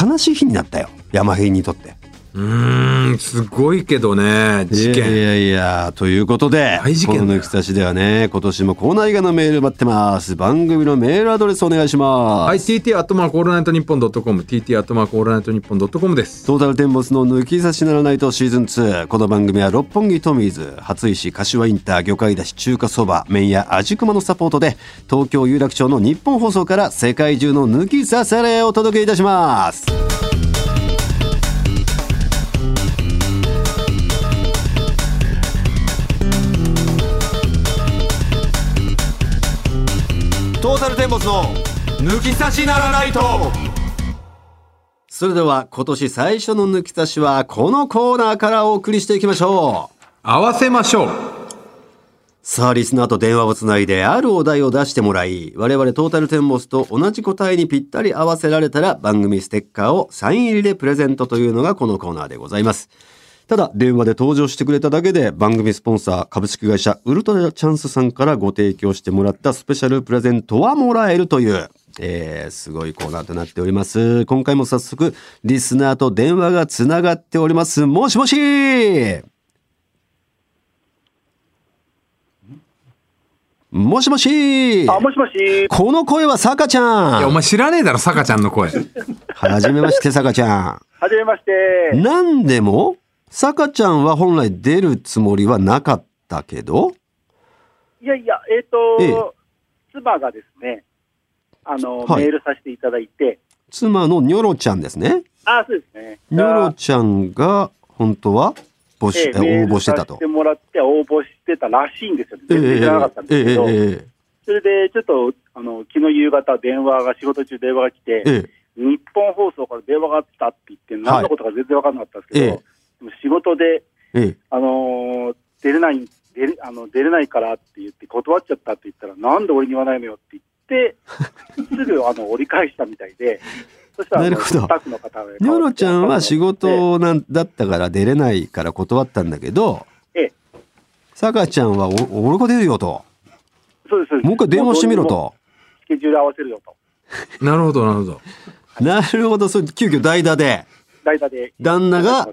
Speaker 3: 悲しい日になったよ山平にとって。
Speaker 4: うーんすごいけどね事件
Speaker 3: いやいやいやということで
Speaker 4: 大事件だよ
Speaker 3: この抜き差しではね今年もコーナー以外のメール待ってます番組のメールアドレスお願いします、
Speaker 4: はい、TT アットマークオールナイトニッポンドットコム、TT アットマークオールナイトニッポンドットコムです。
Speaker 3: トータルテンボスの抜き差しならないとシーズン2。この番組は六本木トミーズ、初石、柏インター、魚介だし、中華そば、麺屋、味熊のサポートで、東京有楽町の日本放送から世界中の抜き差されをお届けいたします。トータルテンボスの
Speaker 4: 抜き差しならないと。
Speaker 3: それでは今年最初の抜き差しはこのコーナーからお送りしていきましょう。
Speaker 4: 合わせましょう。
Speaker 3: さあ、リスナーと電話をつないで、あるお題を出してもらい、我々トータルテンボスと同じ答えにぴったり合わせられたら、番組ステッカーをサイン入りでプレゼントというのがこのコーナーでございます。ただ、電話で登場してくれただけで、番組スポンサー、株式会社、ウルトラチャンスさんからご提供してもらったスペシャルプレゼントはもらえるという、えー、すごいコーナーとなっております。今回も早速、リスナーと電話がつながっております。もしもしもしもし
Speaker 5: あ、もしもし。
Speaker 3: この声はさかち
Speaker 4: い
Speaker 3: ゃ
Speaker 4: や、お
Speaker 3: ん
Speaker 4: 前知らねえだろ、さかちゃんの声。
Speaker 3: はじめましてさかちゃ
Speaker 5: はじめまして。
Speaker 3: んなんでもさかちゃんは本来出るつもりはなかったけど
Speaker 5: いやいや、えっ、
Speaker 3: ええ
Speaker 5: と、妻がですね、あの、
Speaker 3: はい
Speaker 5: メールさせていただいて、
Speaker 3: 妻のニョロちゃんですね
Speaker 5: あ、そうですね。
Speaker 3: ニョロちゃんが本当は募集、
Speaker 5: ええ
Speaker 3: え応募してた
Speaker 5: メールさせ
Speaker 3: と
Speaker 5: て。もらって応募してたらしいんですよね。
Speaker 3: ええ
Speaker 5: 全然知らなかったんですけど、
Speaker 3: ええ
Speaker 5: それでちょっと、あの、昨日夕方電話が、仕事中電話が来て、
Speaker 3: ええええええ
Speaker 5: 日本放送から電話があったって言って、何のことか全然わかんなかったんですけど、
Speaker 3: ええ
Speaker 5: でも仕事で、
Speaker 3: ええ
Speaker 5: あのー出れない、出れあの出れないからって言って、断っちゃったって言ったら、なんで俺に言わないのよって言 って、すぐあの折り返したみたいで、そしたらあ
Speaker 3: な
Speaker 5: の
Speaker 3: るほ
Speaker 5: ス
Speaker 3: ど
Speaker 5: タッフの方が、
Speaker 3: ニョロちゃんは仕事なんだったから出れないから断ったんだけど
Speaker 5: ええ
Speaker 3: さかちゃんはお俺が出るよと
Speaker 5: そうですそうです
Speaker 3: もう一回電話してみろ。と。
Speaker 5: スケジュール合わせるよと、
Speaker 4: なるほど、なるほど。
Speaker 3: なるほど、そう、急遽代打で
Speaker 5: 代打で。
Speaker 3: 旦那が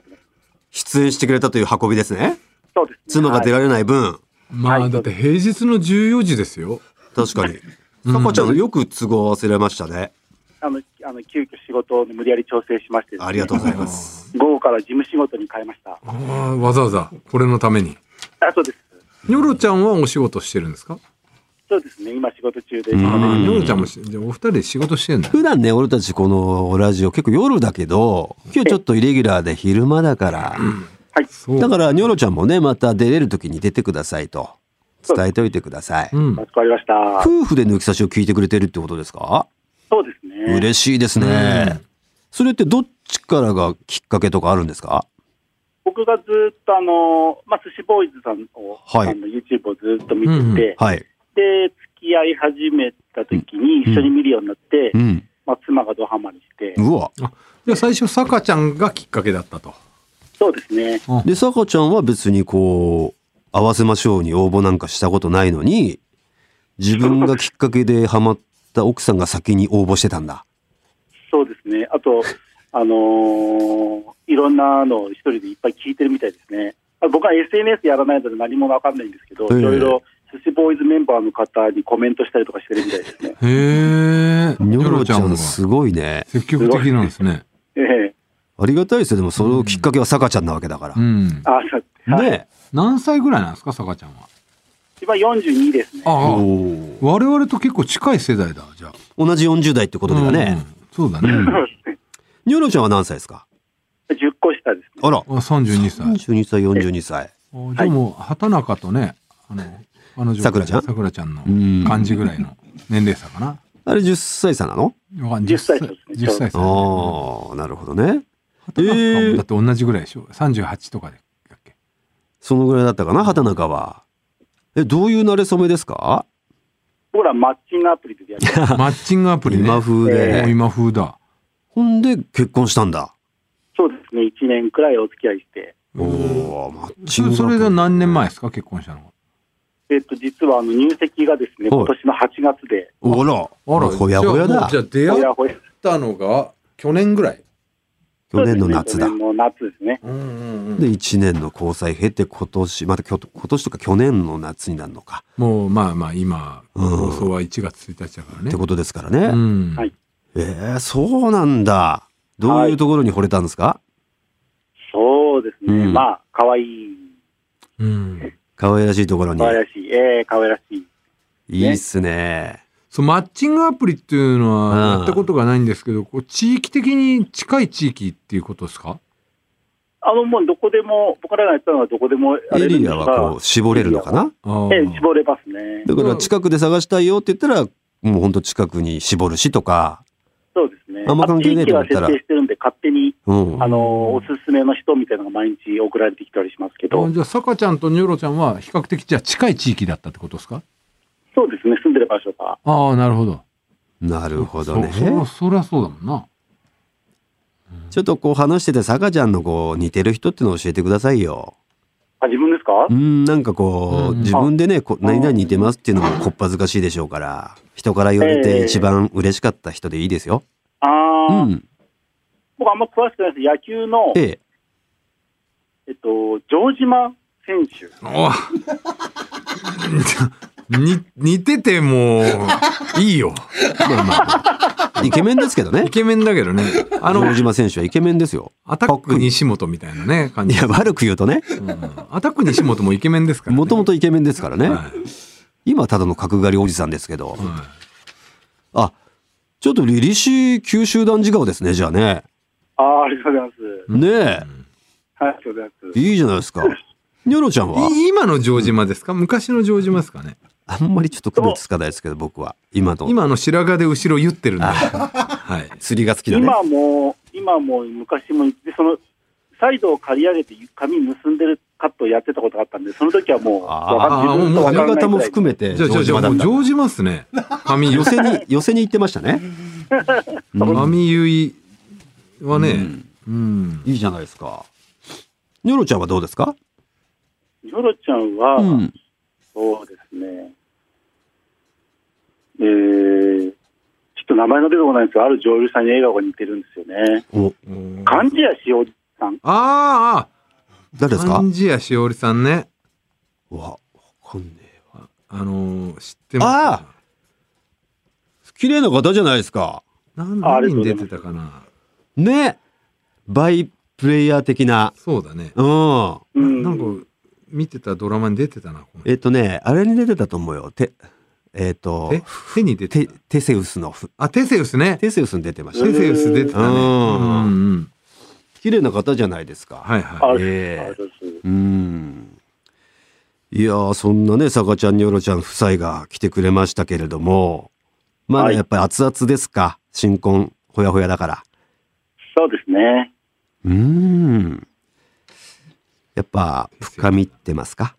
Speaker 3: 出演してくれたという運びですね。
Speaker 5: そうです、
Speaker 3: 妻が出られない分、
Speaker 4: ま
Speaker 5: は
Speaker 4: あ、
Speaker 5: い
Speaker 4: だって平日の14時ですよ。
Speaker 3: 確かに。さかちゃん、よく都合合わせられましたね。
Speaker 5: はい、あの、あの急遽仕事を無理やり調整しまして、
Speaker 3: ありがとうございます。
Speaker 5: 午後から事務仕事に変えました。
Speaker 4: ああ、わざわざ、これのために。
Speaker 5: あ、そうです。
Speaker 4: ニョロちゃんはお仕事してるんですか
Speaker 5: そうですね、今仕事中で。
Speaker 4: ああ、ニョロちゃんもし、じゃあお二人で仕事してん だ。
Speaker 3: 普段ね、俺たちこのラジオ結構夜だけど、今日ちょっとイレギュラーで昼間だから、
Speaker 4: そう。
Speaker 3: だからニョロちゃんもね、また出れる時に出てくださいと伝えておいてください。
Speaker 4: うん。
Speaker 5: かしこまりました。
Speaker 3: 夫婦で抜き差しを聞いてくれてるってことですか
Speaker 5: そうですね。
Speaker 3: 嬉しいですね。それってどっちからがきっかけとかあるんですか
Speaker 5: 僕がずっとあの、まあ、寿司ボーイズさんを、
Speaker 3: はい
Speaker 5: あの YouTube をずっと見てて、
Speaker 4: うんうん
Speaker 5: で、
Speaker 3: はい。
Speaker 5: 付き合い始めた時に一緒に見るようになって、
Speaker 3: うん。
Speaker 5: まあ、妻がドハマりして、
Speaker 3: うわ。
Speaker 4: あ、じゃあ最初、さかちゃんがきっかけだったと。。
Speaker 5: そうですね。
Speaker 3: で、さかちゃんは別にこう、合わせましょうに応募なんかしたことないのに、自分がきっかけでハマった奥さんが先に応募してたんだ。
Speaker 5: そうですね。あと、あのーいろんなのを一人でいっぱい聞いてるみたいですね。あ僕は SNS やらないので何もわかんないんですけど、
Speaker 3: ええ
Speaker 5: いろいろ寿司ボーイズメンバーの方にコメントしたりとかしてるみたいですね
Speaker 4: へえ。
Speaker 3: ニ
Speaker 4: ニ
Speaker 3: ョ
Speaker 4: ョ
Speaker 3: ロ
Speaker 4: ロ
Speaker 3: ち
Speaker 4: ち
Speaker 3: ゃ
Speaker 4: ゃん
Speaker 3: ん
Speaker 4: が。
Speaker 3: すごいね。
Speaker 4: 積極的なんですね。
Speaker 5: ええ
Speaker 3: ありがたいですよ。でもそのきっかけはさかちゃんなわけだから
Speaker 4: う。ん。
Speaker 5: あ、そうはい
Speaker 3: ね
Speaker 4: 何歳ぐらいなんですか、さかちゃんは。
Speaker 5: 一番42です ね。
Speaker 4: ああ、
Speaker 3: お
Speaker 4: 我々と結構近い世代だ、じゃあ。
Speaker 3: お同じ40代ってことだね。
Speaker 4: うん。そうだね。
Speaker 5: そうですね。
Speaker 3: ニョロちゃんは何歳ですか
Speaker 5: 10個下ですね。
Speaker 3: あら。
Speaker 4: あ、三十二歳。
Speaker 3: 42歳、42歳。
Speaker 4: あじゃあもう畑中とね、あのあの
Speaker 3: 桜ちゃん
Speaker 4: さくらちゃん
Speaker 3: ん
Speaker 4: の感じぐらいの年齢差かな。
Speaker 3: あれ10歳差なの
Speaker 4: わかんない
Speaker 5: 10歳差ですね
Speaker 4: 10歳差。
Speaker 3: ああ、なるほどね。
Speaker 4: 畑
Speaker 3: え
Speaker 4: 中
Speaker 3: ー
Speaker 4: も だって同じぐらいでしょ。三十八とかでだっけ。
Speaker 3: そのぐらいだったかな、畑中は。え、どういう慣れ初めですか
Speaker 5: 僕らマッチングアプリでやりました
Speaker 4: マッチングアプリね。
Speaker 3: 今風で、
Speaker 4: もう今風だ。
Speaker 3: ほんで結婚したんだ。
Speaker 5: そうですね、1年くらいお付き合いして、
Speaker 3: おお、マッチン
Speaker 4: そ
Speaker 3: グ
Speaker 4: それが
Speaker 3: な
Speaker 4: 何年前ですか結婚したの
Speaker 5: えっと、実はあの入籍がですね、
Speaker 3: はい
Speaker 5: 今年の8月で、
Speaker 3: おら、
Speaker 4: は。
Speaker 3: ほやほやだ
Speaker 4: じゃ。あ出
Speaker 5: ほ
Speaker 4: 会
Speaker 5: や
Speaker 4: っ
Speaker 5: ほや、
Speaker 4: たのが去年ぐらい。
Speaker 3: 去年の夏だ
Speaker 5: 去。年の夏ですね。
Speaker 4: うんうんうん
Speaker 3: で、1年の交際経て今年、またきょ今年とか去年の夏になるのか。
Speaker 4: もうまあまあ今、
Speaker 3: うん
Speaker 4: 放送は1月1日だからね。
Speaker 3: ってことですからね。
Speaker 4: うん
Speaker 5: はい
Speaker 3: えー、そうなんだ。どういうところに惚れたんですか、
Speaker 5: そうですね、
Speaker 3: うん
Speaker 5: まあ、可愛い、
Speaker 4: うん
Speaker 3: 可愛らしいところに
Speaker 5: 可。愛らしい、ええ可愛らしい。
Speaker 3: いいっすね。
Speaker 4: そうマッチングアプリっていうの
Speaker 3: う
Speaker 4: は
Speaker 3: ん
Speaker 4: やったことがないんですけど、こう地域的に近い地域っていうことですか
Speaker 5: あの、もうどこでも、僕らがやったのはどこでもや
Speaker 3: エ
Speaker 5: れるん
Speaker 3: リ
Speaker 5: です
Speaker 3: ア
Speaker 5: が、
Speaker 3: はこう絞れるのかな
Speaker 4: あー
Speaker 5: ええ絞れますね。
Speaker 3: だから近くで探したいよって言ったら、もうほんと近くに絞るしとか。
Speaker 5: そうですね。
Speaker 3: あんま関係ねえ
Speaker 5: 地
Speaker 3: と
Speaker 5: 域
Speaker 3: 思
Speaker 5: は
Speaker 3: った
Speaker 5: 設
Speaker 3: ら
Speaker 5: 定してるんで、勝手に、
Speaker 3: うん
Speaker 5: あ。の、おすすめの人みたいなのが毎日送られてきたりしますけど
Speaker 4: あ、じゃあ、さかちゃんとニョロちゃんは比較的じゃあ近い地域だったってことですか
Speaker 5: そうですね、住んでる場所が。
Speaker 4: ああ、なるほど。
Speaker 3: なるほどね。
Speaker 4: そそそりゃそうだもんな。
Speaker 3: ちょっとこう話してて、さかちゃんのこう似てる人っていうのを教えてくださいよ。
Speaker 5: あ、自分ですか
Speaker 3: うん、なんかこう、
Speaker 4: うん
Speaker 3: 自分でね、こ
Speaker 5: あ
Speaker 3: 何々似てますっていうのもこっぱずかしいでしょうから、人から言われ
Speaker 5: え
Speaker 3: て
Speaker 5: え
Speaker 3: 一番嬉しかった人でいいですよ。
Speaker 5: あ
Speaker 3: う
Speaker 5: あ、
Speaker 3: ん。
Speaker 5: 僕あんま詳しくないです。野球の、
Speaker 3: ええ。
Speaker 5: えっと、城島選手。
Speaker 4: お に似ててもいいよ。
Speaker 3: まあまあまあ。イケメンですけどね
Speaker 4: イ。ケメンだけどね。あの
Speaker 3: 城、島選手はイケメンですよ。
Speaker 4: アタック西本みたいなね、感
Speaker 3: い
Speaker 4: じ。
Speaker 3: や、悪く言うとね、
Speaker 4: うんアタック西本もイケメンですからね。
Speaker 3: もともとイケメンですからね。
Speaker 4: はい
Speaker 3: 今はただの角刈りおじさんですけど。
Speaker 4: は
Speaker 3: あ、ちょっと凛々しい九州男児顔ですね、じゃあね。
Speaker 5: ああ、ありがとうございます。
Speaker 3: ねえ、
Speaker 5: はい、ありがとうございます。
Speaker 3: いいじゃないですか。ニョロちゃんはい
Speaker 4: 今の城島ですか昔の城島ですかね
Speaker 3: あんまりちょっと区別つかないですけど、僕は。今と。
Speaker 4: 今の白髪で後ろ言って るんで。はい。
Speaker 3: 釣りが好きだね。
Speaker 5: 今も、今も昔も、でその、サイドを刈り上げて髪結んでるカットをやってたことがあったんで、その時はもう、わかん
Speaker 4: あー
Speaker 5: 自分とわ
Speaker 3: 髪
Speaker 5: かんない
Speaker 3: 型も
Speaker 5: ぐらい
Speaker 3: 含めて
Speaker 4: じゃあ、じゃ
Speaker 3: 城
Speaker 4: あ、じゃ
Speaker 3: 島
Speaker 4: あ
Speaker 3: だ
Speaker 4: も
Speaker 3: っ
Speaker 4: う
Speaker 3: た。
Speaker 4: 城島っすね。髪寄
Speaker 3: 寄
Speaker 4: せ
Speaker 3: せに、寄せに行ってましたね。うん
Speaker 4: 神ゆいはね、うん。
Speaker 3: いいじゃないですか。ニョロちゃんはどうですか
Speaker 5: ニョロちゃんは、
Speaker 3: うん。
Speaker 5: そうですね。えー、ちょっと名前の出てこないんですけど、ある女優さんに笑顔が似てるんですよね。
Speaker 3: お、
Speaker 5: 漢字やしおりさん。
Speaker 4: あ
Speaker 3: 誰
Speaker 4: あ、
Speaker 3: ですか
Speaker 4: 漢字やしおりさんね。
Speaker 3: うわ、わかんねえわ。
Speaker 4: あのー、知ってますか
Speaker 3: 綺麗な方じゃないですか。
Speaker 4: 何
Speaker 5: ああり
Speaker 4: 何に
Speaker 5: がとうござ
Speaker 4: 出
Speaker 5: います
Speaker 4: てたかな
Speaker 3: ねバイプレイヤー的な。
Speaker 4: そうだね。
Speaker 3: うん。
Speaker 5: うん。
Speaker 4: なんか、見てたドラマに出てたな、この人
Speaker 3: えっ、とね、あれに出てたと思うよ。て、えっ、と
Speaker 4: え、手に出て
Speaker 3: テ、
Speaker 4: た。
Speaker 3: テセウスのふ、
Speaker 4: あ、テセウスね。テ
Speaker 3: テセウスに出てました。
Speaker 4: セウス出てたね。
Speaker 3: う
Speaker 4: うんんうん。
Speaker 3: 綺麗な方じゃないですか。
Speaker 4: はい
Speaker 5: あ
Speaker 4: は
Speaker 5: あ
Speaker 4: い。
Speaker 5: り
Speaker 3: ええ
Speaker 5: がとうございます。
Speaker 3: うん。いやー、そんなね、さかちゃん、にょろちゃん夫妻が来てくれましたけれども、まあ、
Speaker 5: はい
Speaker 3: やっぱり熱々ですか。新婚、ほやほやだから。
Speaker 5: そうですね。
Speaker 3: うーん。やっぱ、深みってますか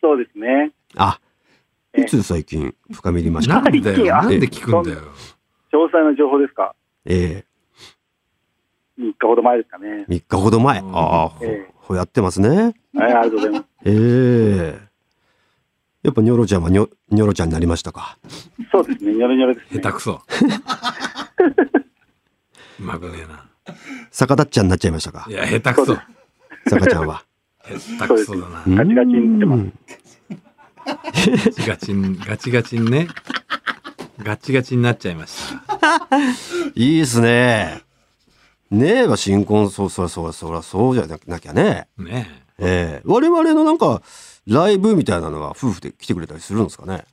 Speaker 5: そうですね。
Speaker 3: あ、
Speaker 5: ええ
Speaker 3: いつ最近深みりまし
Speaker 4: な
Speaker 3: た
Speaker 4: んだ
Speaker 5: い
Speaker 4: よ。
Speaker 5: や
Speaker 4: なんで聞くんだよ。
Speaker 5: 詳細な情報ですか
Speaker 3: え
Speaker 5: ?3 日ほど前ですかね。
Speaker 3: え、3日ほど前。あ
Speaker 4: うん
Speaker 3: あ、ほ
Speaker 5: ええ
Speaker 3: ほやってますね。
Speaker 5: はい、ありがとうござい ます。
Speaker 3: ええやっぱニョロちゃんはニョニョロちゃんになりましたか。
Speaker 5: そうですね。ニョロニョロです
Speaker 4: 下
Speaker 5: ね。
Speaker 4: 手く そ。うまくねえな。
Speaker 3: 逆立っちゃんになっちゃいましたか
Speaker 4: い。や、下手くそ。
Speaker 5: そ
Speaker 3: さかちゃんは。
Speaker 4: 下手くそだな。
Speaker 5: ガチガチになってます
Speaker 3: うん
Speaker 4: ガチガチン、ガチガチンね。ガチガチになっちゃいました。
Speaker 3: いいですね。ねえ、まあ新婚、そうそうそうそうそうじゃなきゃね。
Speaker 4: ね
Speaker 3: ええ我々のなんか、ライブみたいなのが夫婦で来てくれたりするんですかね。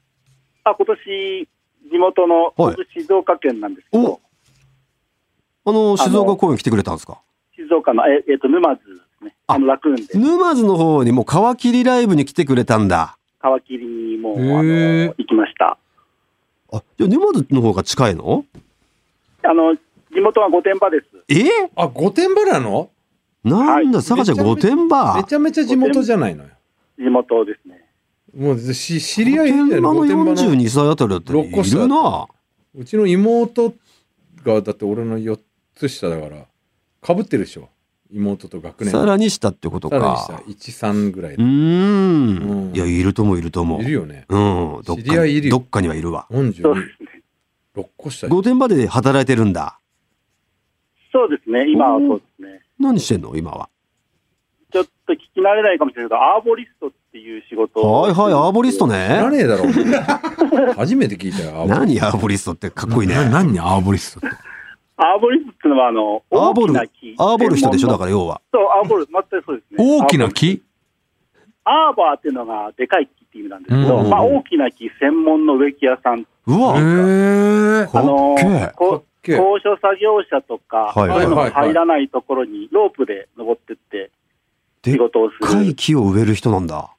Speaker 5: あ、今年、地元の、
Speaker 3: はい
Speaker 5: 僕静岡県なんですけど、
Speaker 3: あの、静岡公園来てくれたんですか
Speaker 5: 静岡の、え、えっと、沼津ですね。あの、楽運で、
Speaker 3: 沼津の方にもう皮切りライブに来てくれたんだ。
Speaker 5: 川切りにもう、あの
Speaker 4: へー、
Speaker 5: 行きました。
Speaker 3: あ、じゃあ沼津の方が近いの
Speaker 5: あの、地元は御殿場です。
Speaker 3: え
Speaker 4: あ、御殿場なの
Speaker 3: なんだ、
Speaker 5: はい
Speaker 3: 坂ちゃん
Speaker 4: めちゃ
Speaker 3: 御
Speaker 4: めちゃ
Speaker 3: 殿場
Speaker 4: めちゃめちゃ地元じゃないのよ。
Speaker 5: 地元ですね。
Speaker 4: もうし知
Speaker 3: い
Speaker 4: り合いいるんじゃな
Speaker 3: の
Speaker 4: い御殿場の
Speaker 3: 42歳あたりだったら
Speaker 4: 六個
Speaker 3: い
Speaker 4: 下
Speaker 3: るな。
Speaker 4: うちの妹がだって俺の4つ下だからかぶってるでしょ妹と学年
Speaker 3: さらに下ってこと
Speaker 4: さらに
Speaker 3: か。
Speaker 4: 下13ぐらいうだ
Speaker 3: ー。
Speaker 4: うんん
Speaker 3: いや、いるともいるとも。
Speaker 4: いるよね
Speaker 3: うん。どっ
Speaker 4: 知り合
Speaker 3: か
Speaker 4: いいる
Speaker 3: に、
Speaker 4: よ
Speaker 3: どっかにはいるわ。
Speaker 5: そう
Speaker 4: 426
Speaker 5: ですね。
Speaker 4: 個下
Speaker 3: 御殿場で働いてるんだ。
Speaker 5: そうですね。今はそうですね。
Speaker 3: 何してんの今は。
Speaker 5: ちょっと聞き慣れないかもしれないけど、アーボリストっていう仕事を
Speaker 3: はいはい、アーボリスト
Speaker 4: 知ら
Speaker 3: ね。
Speaker 4: ねえだろお前初めて聞いたよ青
Speaker 3: 何アーボリストってかっこいいね。
Speaker 6: な何アーボリストって。
Speaker 5: アーボリストっていうのは、あの、
Speaker 3: アーボ
Speaker 5: 大き
Speaker 3: ル、
Speaker 5: な木。
Speaker 3: アーボル人でしょだ
Speaker 5: か
Speaker 3: から要は。
Speaker 5: ら。そう、アーボル、全くそうですね。
Speaker 6: 大きな木
Speaker 5: アーバーっていうのがでかい木って意味なんですけど、
Speaker 3: うん
Speaker 5: まあ大きな木専門の植木屋さん。
Speaker 3: う
Speaker 6: へ
Speaker 3: わ、
Speaker 6: え。
Speaker 5: あ
Speaker 3: か
Speaker 5: の
Speaker 3: っけえ。
Speaker 5: こ
Speaker 4: かっけえ
Speaker 5: 高所作業車とか、
Speaker 3: はい
Speaker 5: そうい
Speaker 4: はい
Speaker 5: うのが
Speaker 4: はいはい
Speaker 5: 入らないところにロープで登ってって
Speaker 3: で
Speaker 5: 仕事をす
Speaker 3: 深い
Speaker 5: る。
Speaker 3: 木を植える人なんだ。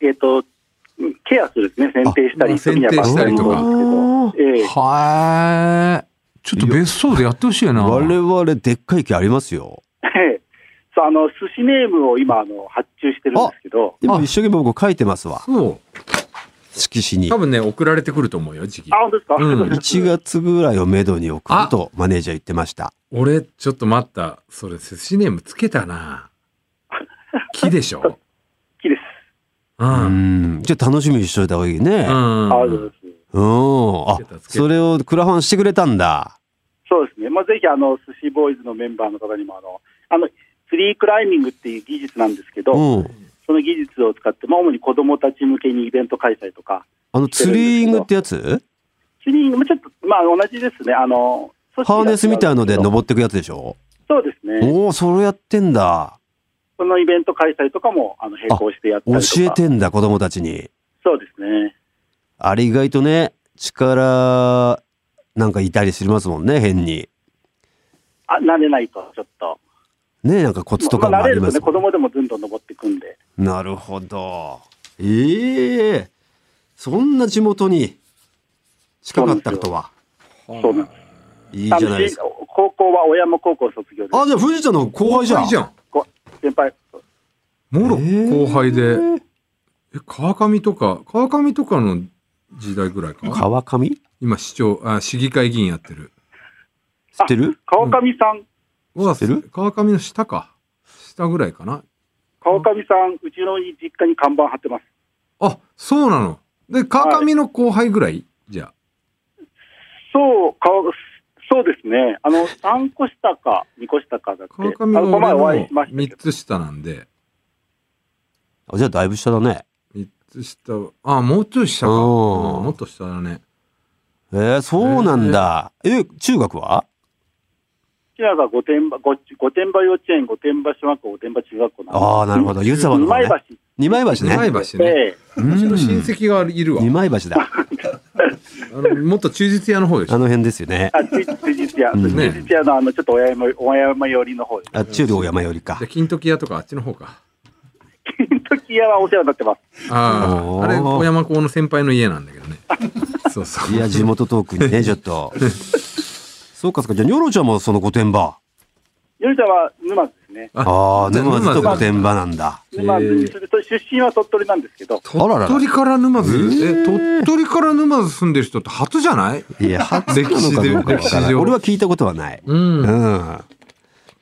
Speaker 5: えっ、と、ケアするですね。剪定した
Speaker 4: あ
Speaker 5: り、時には
Speaker 4: 剪定したりとか
Speaker 5: 伐採もそうですけど。ええ
Speaker 6: はえ。ちょっと別荘でやってほしいな。
Speaker 3: 我々でっかい木ありますよ。
Speaker 5: そうあの寿司ネームを今あの発注してるんですけど、
Speaker 3: 今一生懸命僕書いてますわ。
Speaker 4: そ
Speaker 3: 色紙
Speaker 4: う
Speaker 3: に
Speaker 4: 多。分ね送られてくると思うよ時期
Speaker 5: あ、本当ですか、
Speaker 4: うん
Speaker 3: 1月ぐらいをめどに送るとマネージャー言ってました。
Speaker 4: 俺ちょっと待ったそれ寿司ネームつけたな木でしょ
Speaker 5: 木です。
Speaker 4: う
Speaker 3: うんん。じゃあ楽しみにしといた方がいいね。うん。
Speaker 5: あありがとうございま
Speaker 3: あ
Speaker 5: す。
Speaker 4: つけたつけ、た
Speaker 3: それをクラファンしてくれたんだ。
Speaker 5: そうですね。まあ、ぜひあの、寿司ボーイズのメンバーの方にもあの、あの、ツリークライミングっていう技術なんですけど、
Speaker 3: うん。
Speaker 5: その技術を使って、まあ、主に子供たち向けにイベント開催とか、
Speaker 3: あの、ツリーングってやつ
Speaker 5: ツリー、まあ、ちょっと、まあ、同じですね。あの、組織が
Speaker 3: ハーネスみたいので
Speaker 5: 違うんす
Speaker 3: 登ってくやつでしょ
Speaker 5: けどそうですね。
Speaker 3: おお、それやってんだ。
Speaker 5: そのイベント開催とかも、あの、並行してやったり
Speaker 3: 教
Speaker 5: とか。
Speaker 3: えてんだ、子供たちに。
Speaker 5: そうですね。
Speaker 3: あれ意外とね、力、なんかいたりしますもんね、変に。
Speaker 5: あ、慣れないと、ちょっと。
Speaker 3: ねなんかコツとかも
Speaker 5: まあ、
Speaker 3: あ
Speaker 5: 慣
Speaker 3: り
Speaker 5: れる
Speaker 3: ま
Speaker 5: と
Speaker 3: す
Speaker 5: ね、
Speaker 3: も
Speaker 5: 子
Speaker 3: んね
Speaker 5: 供でもどんどん登っていくんで。
Speaker 3: なるほど。ええそんな地元に近かったとは。
Speaker 5: そうなんです。
Speaker 3: いいじゃないですか。
Speaker 5: あの高校は親も高校卒業です
Speaker 3: あ、じゃあ藤ちゃんの後輩じゃん。
Speaker 4: いいじゃん
Speaker 5: こ先輩、
Speaker 4: モロ
Speaker 3: えー
Speaker 4: 後輩で、え、川上とか、川上とかの時代ぐらいか。
Speaker 3: 川上知
Speaker 4: 今市長、あ、市議会議員やってる。
Speaker 3: ってる
Speaker 5: 川上さん、
Speaker 4: は
Speaker 3: 知ってる
Speaker 4: 川上の下か。下ぐらいかな。
Speaker 5: 川上さん、うちの実家に看板貼ってます。
Speaker 4: あ、そうなの。で、川上の後輩ぐらいじゃ
Speaker 5: そう、かそうですね。あの、3個下か、2個下かだっ
Speaker 4: あ。川
Speaker 5: て。あ
Speaker 4: 上
Speaker 5: の、この前
Speaker 4: は
Speaker 5: お
Speaker 4: 俺
Speaker 5: 会い
Speaker 4: の
Speaker 5: しましたけ
Speaker 4: 三
Speaker 5: ど。
Speaker 4: つ下なんで、
Speaker 3: あじゃあだいぶ下だね。
Speaker 4: 三つ下は、あ、もうちょい下か。
Speaker 3: う
Speaker 4: うんんもっと下だね。
Speaker 3: えー、そうなんだ。え、中学は
Speaker 5: うちらが御殿場、御御殿場幼稚園、御殿場小学校、御殿場中学校なんで。
Speaker 3: ああ、なるほど。湯沢の
Speaker 5: 二
Speaker 3: 方
Speaker 5: 枚
Speaker 3: ね。
Speaker 5: 橋
Speaker 3: 二枚橋
Speaker 4: 二枚
Speaker 3: ね。
Speaker 4: 橋ね。
Speaker 5: で、
Speaker 4: うちの親戚がいるわ
Speaker 3: 二。枚橋だ。
Speaker 4: あのもっと忠実屋の方でし
Speaker 3: あ
Speaker 4: ょ。
Speaker 3: の辺ですよ ね。
Speaker 5: あ、つつじつや、
Speaker 3: ん
Speaker 5: つじつやのあの、ちょっと親山、親山寄りの方です。
Speaker 3: あ、中央山よりか
Speaker 4: じゃあ、。金時屋とかあっちの方か。
Speaker 5: 金時屋はお世話になってます。
Speaker 4: あ
Speaker 3: おー
Speaker 4: あ、あれ、小山高の先輩の家なんだけど ね。そうそう。
Speaker 3: いや、地元トークに ね、ちょっと。そうかそうか。じゃあ、ニョロちゃんもその御殿場。
Speaker 5: よりちゃんは沼津ですね。
Speaker 3: ああ、沼津と御殿場なんだ。
Speaker 4: へー
Speaker 5: 沼津にすると、出身は鳥取なんですけど、
Speaker 3: あららら
Speaker 4: 鳥取から沼津、
Speaker 3: えー
Speaker 4: え、鳥取から沼津住んでる人って初じゃない
Speaker 3: いや、初なのかどうかわから
Speaker 4: 歴史で歴
Speaker 3: な
Speaker 4: 史
Speaker 3: い。
Speaker 4: 上
Speaker 3: 俺は聞いたことはない。
Speaker 4: う。
Speaker 3: うんん。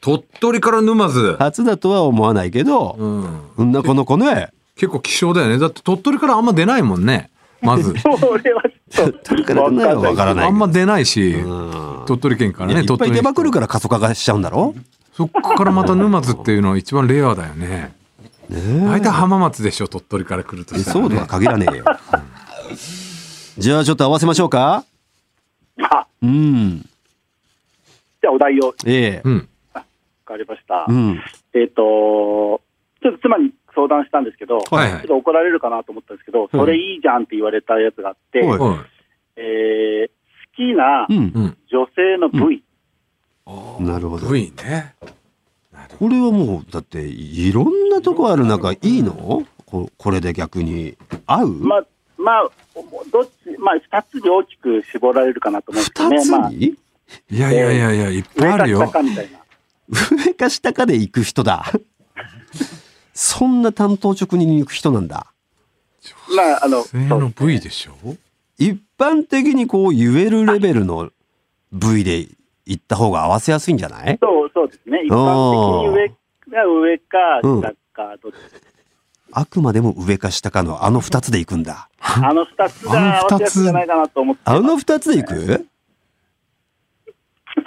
Speaker 4: 鳥取から沼津。
Speaker 3: 初だとは思わないけど、
Speaker 4: うん。
Speaker 3: うん、なかなかね、
Speaker 4: 結構希少だよね。だって鳥取からあんま出ないもんね。ま ず。
Speaker 5: それはちょっと、
Speaker 3: 鳥取からないのはわからない
Speaker 4: あんま出ないし、
Speaker 3: うん
Speaker 4: 鳥取県から
Speaker 3: いやい
Speaker 4: ね。
Speaker 3: っぱい
Speaker 4: 鳥取
Speaker 3: 出まくるから過疎化がしちゃうんだろ
Speaker 4: そっからまた沼津っていうのは一番レアだよね。大体浜松でしょ、鳥取から来ると
Speaker 3: え
Speaker 4: したら、ね。
Speaker 3: そうとは限らねえよ。じゃあちょっと合わせましょうか
Speaker 5: あ
Speaker 3: うん。
Speaker 5: じゃあお題を、わ
Speaker 3: ええ。
Speaker 4: うん。
Speaker 5: かりました。
Speaker 3: うん。
Speaker 5: えっ、と、ちょっと妻に相談したんですけど、
Speaker 4: はいは
Speaker 5: ちょっ
Speaker 4: い。
Speaker 5: と怒られるかなと思ったんですけど、それいいじゃんって言われたやつがあって、
Speaker 3: はい
Speaker 4: は
Speaker 5: えー好きな
Speaker 3: うん
Speaker 4: い。う。ん。
Speaker 5: 女性の部位、
Speaker 3: なるほど。
Speaker 4: 部位ね。
Speaker 3: これはもう、だって、いろんなとこある中、いいのここれで逆に。合う
Speaker 5: まあ、まあ、どっち、まあ、二つに大きく絞られるかなと思うんですけど
Speaker 3: 二
Speaker 5: ね、
Speaker 3: つ
Speaker 5: まあ、
Speaker 3: に
Speaker 4: いやいやいやいや、いっぱいあるよ
Speaker 5: 上か下。かみたいな。
Speaker 3: 上か下かで行く人だ。そんな担当直入に行く人なんだ。
Speaker 5: まあ、あの、
Speaker 4: 性
Speaker 5: そう
Speaker 4: の部位でしょ
Speaker 3: 一般的にこう言えるレベルの部位で行った方が合わせやすいんじゃない
Speaker 5: そうそうですね。一般的に上が上か下か、どっち
Speaker 3: あくまでも上か下かのあの二つで行くんだ。
Speaker 5: あの二つが合わせやすいんじゃないかなと思ってます。
Speaker 3: あの二つで行く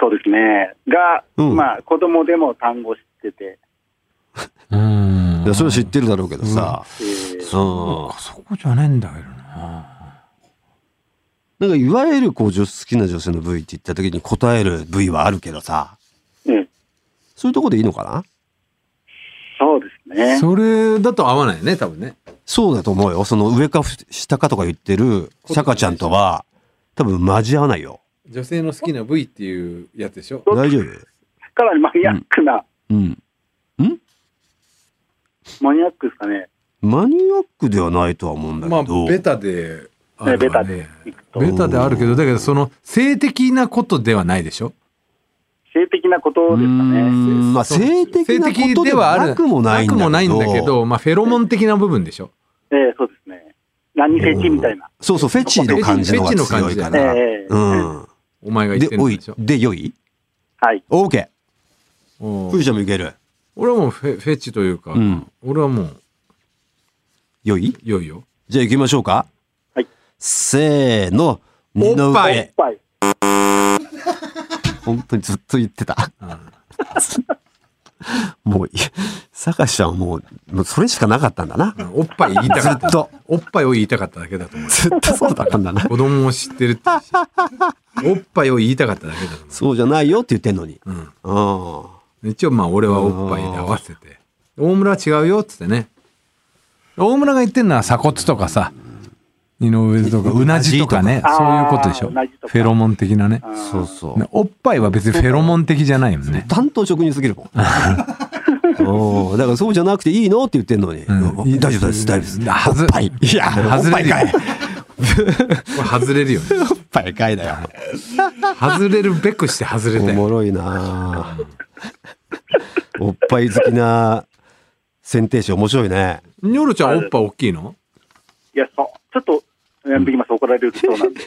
Speaker 5: そうですね。が、
Speaker 3: うん
Speaker 5: まあ、子供でも単語知ってて、
Speaker 4: うん
Speaker 3: いやそれは知ってるだろうけどさ。
Speaker 5: えー
Speaker 3: うん
Speaker 4: そこじゃねえんだけどな。
Speaker 3: なんかいわゆるこう女好きな女性の部位って言った時に答える部位はあるけどさ。
Speaker 5: うん
Speaker 3: そういうとこでいいのかな
Speaker 5: そうですね。
Speaker 4: それだ
Speaker 7: だと合わないよね多分ね
Speaker 3: そうだと思うよ。その上か下かとか言ってる坂ちゃんとは多分交わないよ。
Speaker 7: 女性の好きな部位っていうやつでしょ
Speaker 5: そう
Speaker 3: 大丈夫
Speaker 5: かなりマニアックな、
Speaker 3: うん。
Speaker 5: マニアックですかね。
Speaker 3: マニアックではないとは思うんだ
Speaker 7: まあ
Speaker 3: けど。
Speaker 7: ベタで
Speaker 4: あれはね
Speaker 5: ベタでいくと
Speaker 4: ベタであるけどだけどその性的なことではないでしょ
Speaker 5: 性的なことですか
Speaker 3: うー
Speaker 5: ね。
Speaker 3: んまあ性的なことではなくもないんだけど。
Speaker 4: なくもないんだけど、まあ、フェロモン的な部分でしょ。
Speaker 5: ええそうですね。何フェチみたいな。
Speaker 3: そうそう、フェチの感じの方が強いか
Speaker 5: え
Speaker 3: ら。
Speaker 5: え
Speaker 3: うん。
Speaker 4: お前が言って
Speaker 3: で、
Speaker 4: るん
Speaker 3: お
Speaker 4: で
Speaker 3: い
Speaker 4: しょ、。
Speaker 3: で、よい
Speaker 5: はい。
Speaker 3: オーケ
Speaker 4: お
Speaker 3: ー。
Speaker 4: う
Speaker 3: ふーちゃんもいける。
Speaker 4: 俺はもうフェフェチというか、
Speaker 3: うん
Speaker 4: 俺はもう、
Speaker 3: よい
Speaker 4: いよいよ。
Speaker 3: じゃあ行きましょうか。
Speaker 5: はい。
Speaker 3: せーの。
Speaker 4: おっぱい
Speaker 3: 井上
Speaker 5: おっぱい。
Speaker 3: 本当にずっと言ってた。 もういい、坂井ちゃんはもう、もうそれしかなかったんだな。
Speaker 4: おっぱい言いた
Speaker 3: ず
Speaker 4: かっ。
Speaker 3: ったと、
Speaker 4: おっぱいを言いたかっただけだと思う。
Speaker 3: ずっとそうだったんだな。
Speaker 4: 子供を知ってるって。おっぱいを言いたかっただけだと
Speaker 3: そうじゃないよって言ってんのに。
Speaker 4: 思う。
Speaker 3: うん。
Speaker 4: うん、一応まあ俺はおっぱいで合わせて。大村は違うよっつってね。大村が言ってんのは鎖骨とかさ、二の腕とか、うなじとかね、
Speaker 5: あー
Speaker 4: そういうことでしょ。
Speaker 5: う
Speaker 4: フ
Speaker 5: なじとか
Speaker 4: ェロモン的なね。
Speaker 3: そうそう。
Speaker 4: ねおっぱいは別にフェロモン的じゃないよね。
Speaker 3: 担当職人すぎるもん。おーだからそうじゃなくていいのって言ってんのに。
Speaker 4: ん
Speaker 3: うん大丈夫です、大丈夫です。
Speaker 4: はず
Speaker 3: おっぱい。いや、おっ
Speaker 4: 外
Speaker 3: ぱ
Speaker 4: れ
Speaker 3: い
Speaker 4: るよ
Speaker 3: かい。
Speaker 4: これ外れるよね。
Speaker 3: おっぱいかいだよ。
Speaker 4: 外れるべくして外れ
Speaker 3: お
Speaker 4: たよ。
Speaker 3: もろいなぁおっぱい好きな選定士面白いね。
Speaker 4: ニョロちゃんおっぱい大きいの
Speaker 5: いや、そう。ちょっと、やめてきます。怒られるそうなんで。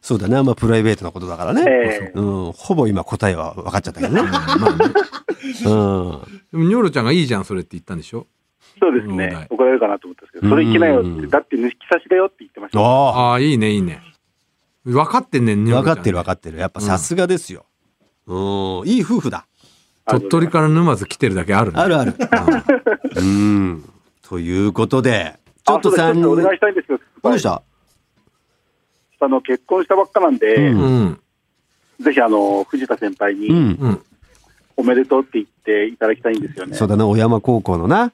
Speaker 3: そうだね。あんまプライベートなことだからね。
Speaker 5: ええ
Speaker 3: うん、ほぼ今答えは分かっちゃったけどね。うん。
Speaker 4: でもニョロちゃんがいいじゃんそれって言ったんでしょ
Speaker 5: そうです
Speaker 4: 問題
Speaker 5: ね。怒られるかなと思ったんですけど、それいけないよって、だって抜き差しだよって言ってました。
Speaker 3: ああ。
Speaker 4: ああ、いいねいいね。分かってんねん、ニョロ
Speaker 3: 分
Speaker 4: ち
Speaker 3: か
Speaker 4: ゃん。
Speaker 3: ってる分かってる。やっぱさすがですよ。うん、いい夫婦だ。
Speaker 4: 鳥取から沼津来てるだけあるね
Speaker 3: あるある。うん。ということで、ちょっと
Speaker 5: あ
Speaker 3: 3
Speaker 5: そ
Speaker 3: 人。
Speaker 5: うだお願いしたいんですけど、
Speaker 3: どうでした
Speaker 5: あの結婚したばっかなんで、
Speaker 3: う
Speaker 4: うん。
Speaker 5: ぜひあの藤田先輩
Speaker 3: う
Speaker 5: に
Speaker 3: ん。
Speaker 4: うん。
Speaker 5: おめでとうって言っていただきたいんですよね。
Speaker 3: そうだな、小山高校のな、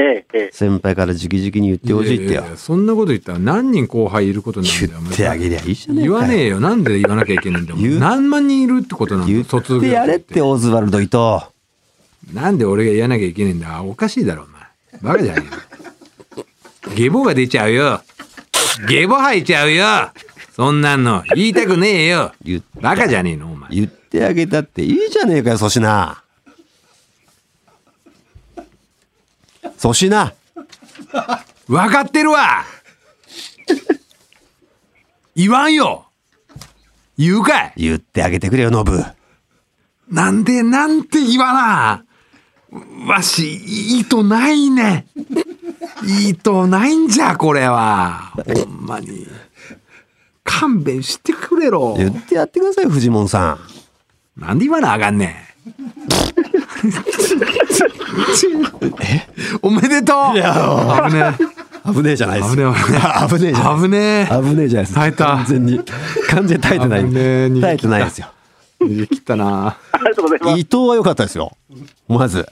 Speaker 5: ええええ、
Speaker 3: 先輩から直々に言ってほしいってよ
Speaker 4: やや。やそんなこと言ったら何人後輩いることになるんだよ。
Speaker 3: 言ってあげりゃいいじゃねえか
Speaker 4: 言
Speaker 3: よ
Speaker 4: わねえよ。なんで言わなきゃいけないんだも。
Speaker 3: 言うん
Speaker 4: 何万人いるってことなんだ
Speaker 3: 言
Speaker 4: よ。卒業
Speaker 3: ってやれって、オズワルド伊藤。
Speaker 4: なんで俺が言わなきゃいけないんだおかしいだろ、お前。バカじゃねえよ。ゲボが出ちゃうよ。ゲボ吐いちゃうよ。そんなんの。言いたくねえよ
Speaker 3: 言っ。
Speaker 4: バカじゃねえの、お前。
Speaker 3: 言ってあげたっていいじゃねえかよ、粗品。粗品、
Speaker 4: わかってるわ言わんよ言うかい
Speaker 3: 言ってあげてくれよ、ノブ。
Speaker 4: なんで、なんて言わなわし、意図ないね。意図ないんじゃ、これは。ほんまに。勘弁してくれろ。
Speaker 3: 言ってやってくださいよ、藤本さん。
Speaker 4: なんで今のあがんねん。おめでとう危ね
Speaker 3: 危ねえじゃないです
Speaker 4: 危ねえ危ね
Speaker 3: え。危ねえじゃない
Speaker 4: え。危ねえ。
Speaker 3: 危ねえじゃないです
Speaker 4: 耐えた
Speaker 3: 完全に。完全に耐えてない。
Speaker 4: 危ねえ逃げ切っ
Speaker 3: 耐えて
Speaker 4: た
Speaker 3: ないですよ。
Speaker 4: 逃げ切ったな。
Speaker 5: ありがとうございます。
Speaker 3: 伊藤は良かったですよ。まず。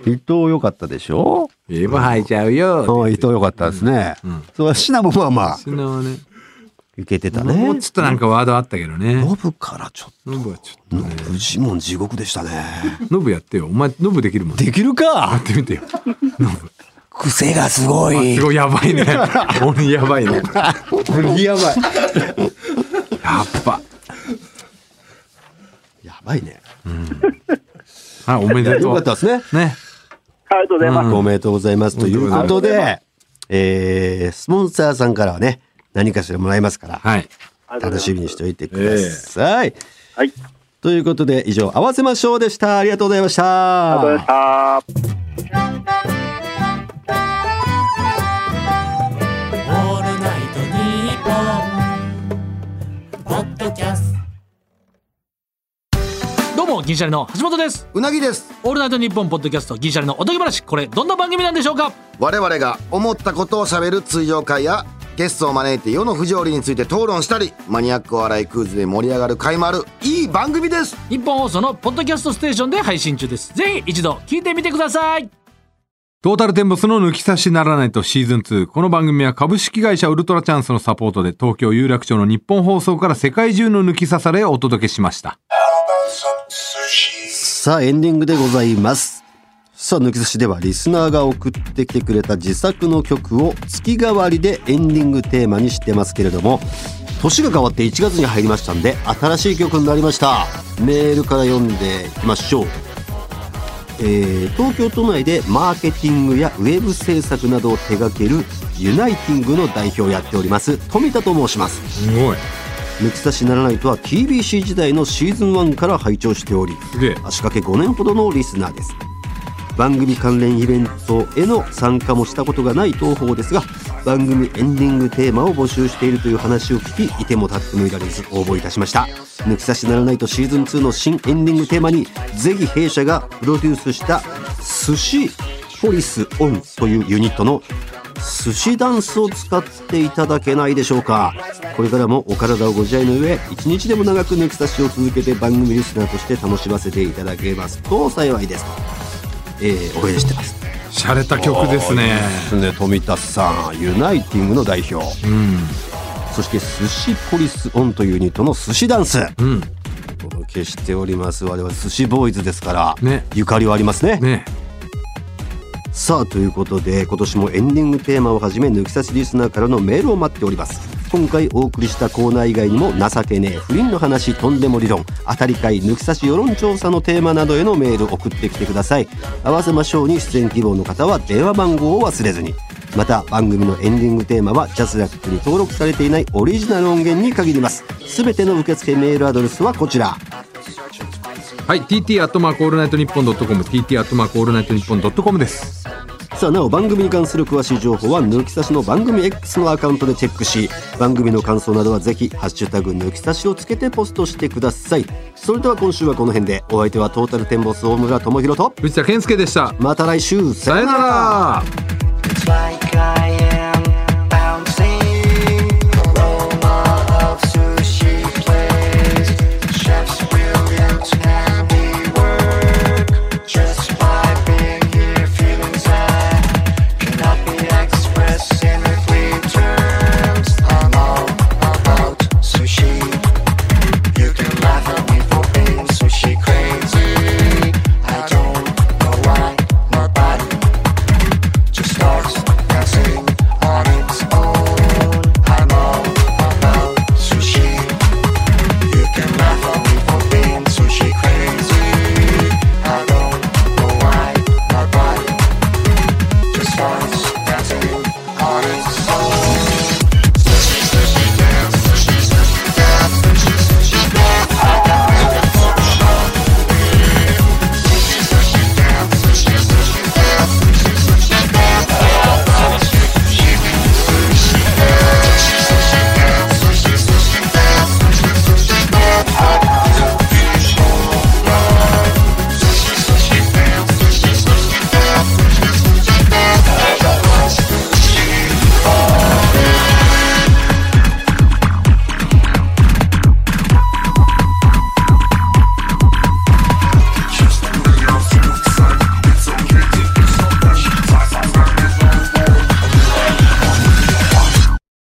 Speaker 3: 伊藤良かったでしょ
Speaker 4: エボ吐いちゃうよ。
Speaker 3: うん伊藤良かったですね。そう、シナもまあまあ、
Speaker 4: 素直ね。
Speaker 3: いけてたね。
Speaker 4: もうちょっとなんかワードあったけどね。
Speaker 3: ノブからちょっ
Speaker 4: ノブはちょっ
Speaker 3: と、フジモン地獄でしたね。
Speaker 4: と。ノブやってよ。お前、ノブできるもん。や
Speaker 3: できるか
Speaker 4: ってみ てよ。
Speaker 3: 癖がすごい
Speaker 4: す。ごいやばい ね。俺やばいね。
Speaker 3: いやばい。
Speaker 4: やっ ぱ。
Speaker 3: やばいね。
Speaker 4: はい、おめでとう。
Speaker 3: 良かったですね。
Speaker 4: ね。
Speaker 5: ありがとうございます。
Speaker 4: うん
Speaker 3: おめでとうございます。ということで、えー、スポンサーさんからはね、何かしらもらえますから、
Speaker 4: はい。
Speaker 5: ありがとうございま
Speaker 3: 楽
Speaker 5: す
Speaker 3: しみにしておいてください。
Speaker 5: はい。
Speaker 3: ということで、以上、合わせましょうでした。ありがとうございまし
Speaker 5: ありがとうございま
Speaker 3: た
Speaker 5: し。た。
Speaker 8: オールナイトニッポン」ポッドキャスト
Speaker 9: どうも銀シャリの橋本です
Speaker 10: うなぎです
Speaker 9: オールナイトニッポンポッドキャスト銀シャリのおとぎ話これどんな番組なんでしょうか
Speaker 10: 我々が思ったことをしゃべる通常会やゲストを招いて世の不条理について討論したりマニアックお笑いクイズで盛り上がる会もあるいい番組です
Speaker 9: 日本放送のポッドキャストステーションで配信中ですぜひ一度聞いてみてください
Speaker 4: トータルテンボスの抜き差しならないとシーズン2。この番組は株式会社ウルトラチャンスのサポートで東京有楽町の日本放送から世界中の抜き差されをお届けしました。
Speaker 3: さあ、エンディングでございます。さあ、抜き差しではリスナーが送ってきてくれた自作の曲を月替わりでエンディングテーマにしてますけれども、年が変わって1月に入りましたんで、新しい曲になりました。メールから読んでいきましょう。えー東京都内でマーケティングやウェブ制作などを手掛けるユナイティングの代表をやっております富田と申します
Speaker 4: すごい。
Speaker 3: 抜き差しならないとは TBC 時代のシーズン1から拝聴しており
Speaker 4: すげえ。
Speaker 3: 足掛け5年ほどのリスナーです番組関連イベントへの参加もしたことがない東宝ですが番組エンディングテーマを募集しているという話を聞きいても立ってもいられず応募いたしました抜き差しならないとシーズン2の新エンディングテーマにぜひ弊社がプロデュースした寿司ポリスオンというユニットの寿司ダンスを使っていただけないでしょうかこれからもお体をご自愛の上一日でも長く抜き差しを続けて番組リスナーとして楽しませていただけますと幸いですと、えー、応援してます
Speaker 4: 洒落た曲ですね。
Speaker 3: ね富田さんユナイティングの代表、そして寿司ポリスオンというユニットの寿司ダンス、
Speaker 4: うん。
Speaker 3: お届けしております我々寿司ボーイズですから、
Speaker 4: ね
Speaker 3: ゆかりはありますね
Speaker 4: ね
Speaker 3: さあということで今年もエンディングテーマをはじめ抜き差しリスナーからのメールを待っております今回お送りしたコーナー以外にも情けねえ不倫の話とんでも理論当たり会抜き差し世論調査のテーマなどへのメール送ってきてください合わせましょうに出演希望の方は電話番号を忘れずにまた番組のエンディングテーマはジャスラックに登録されていないオリジナル音源に限ります全ての受付メールアドレスはこちら
Speaker 4: はい。TT アットマークオールナイトニッポンドットコム、TT アットマークオールナイトニッポンドットコムです。
Speaker 3: さあなお番組に関する詳しい情報は抜き差しの番組 X のアカウントでチェックし番組の感想などはぜひ「ハッシュタグ抜き差し」をつけてポストしてくださいそれでは今週はこの辺でお相手はトータルテンボス大村智広と
Speaker 4: 藤田健介でした。
Speaker 3: また来週
Speaker 4: さよなら。
Speaker 8: 毎回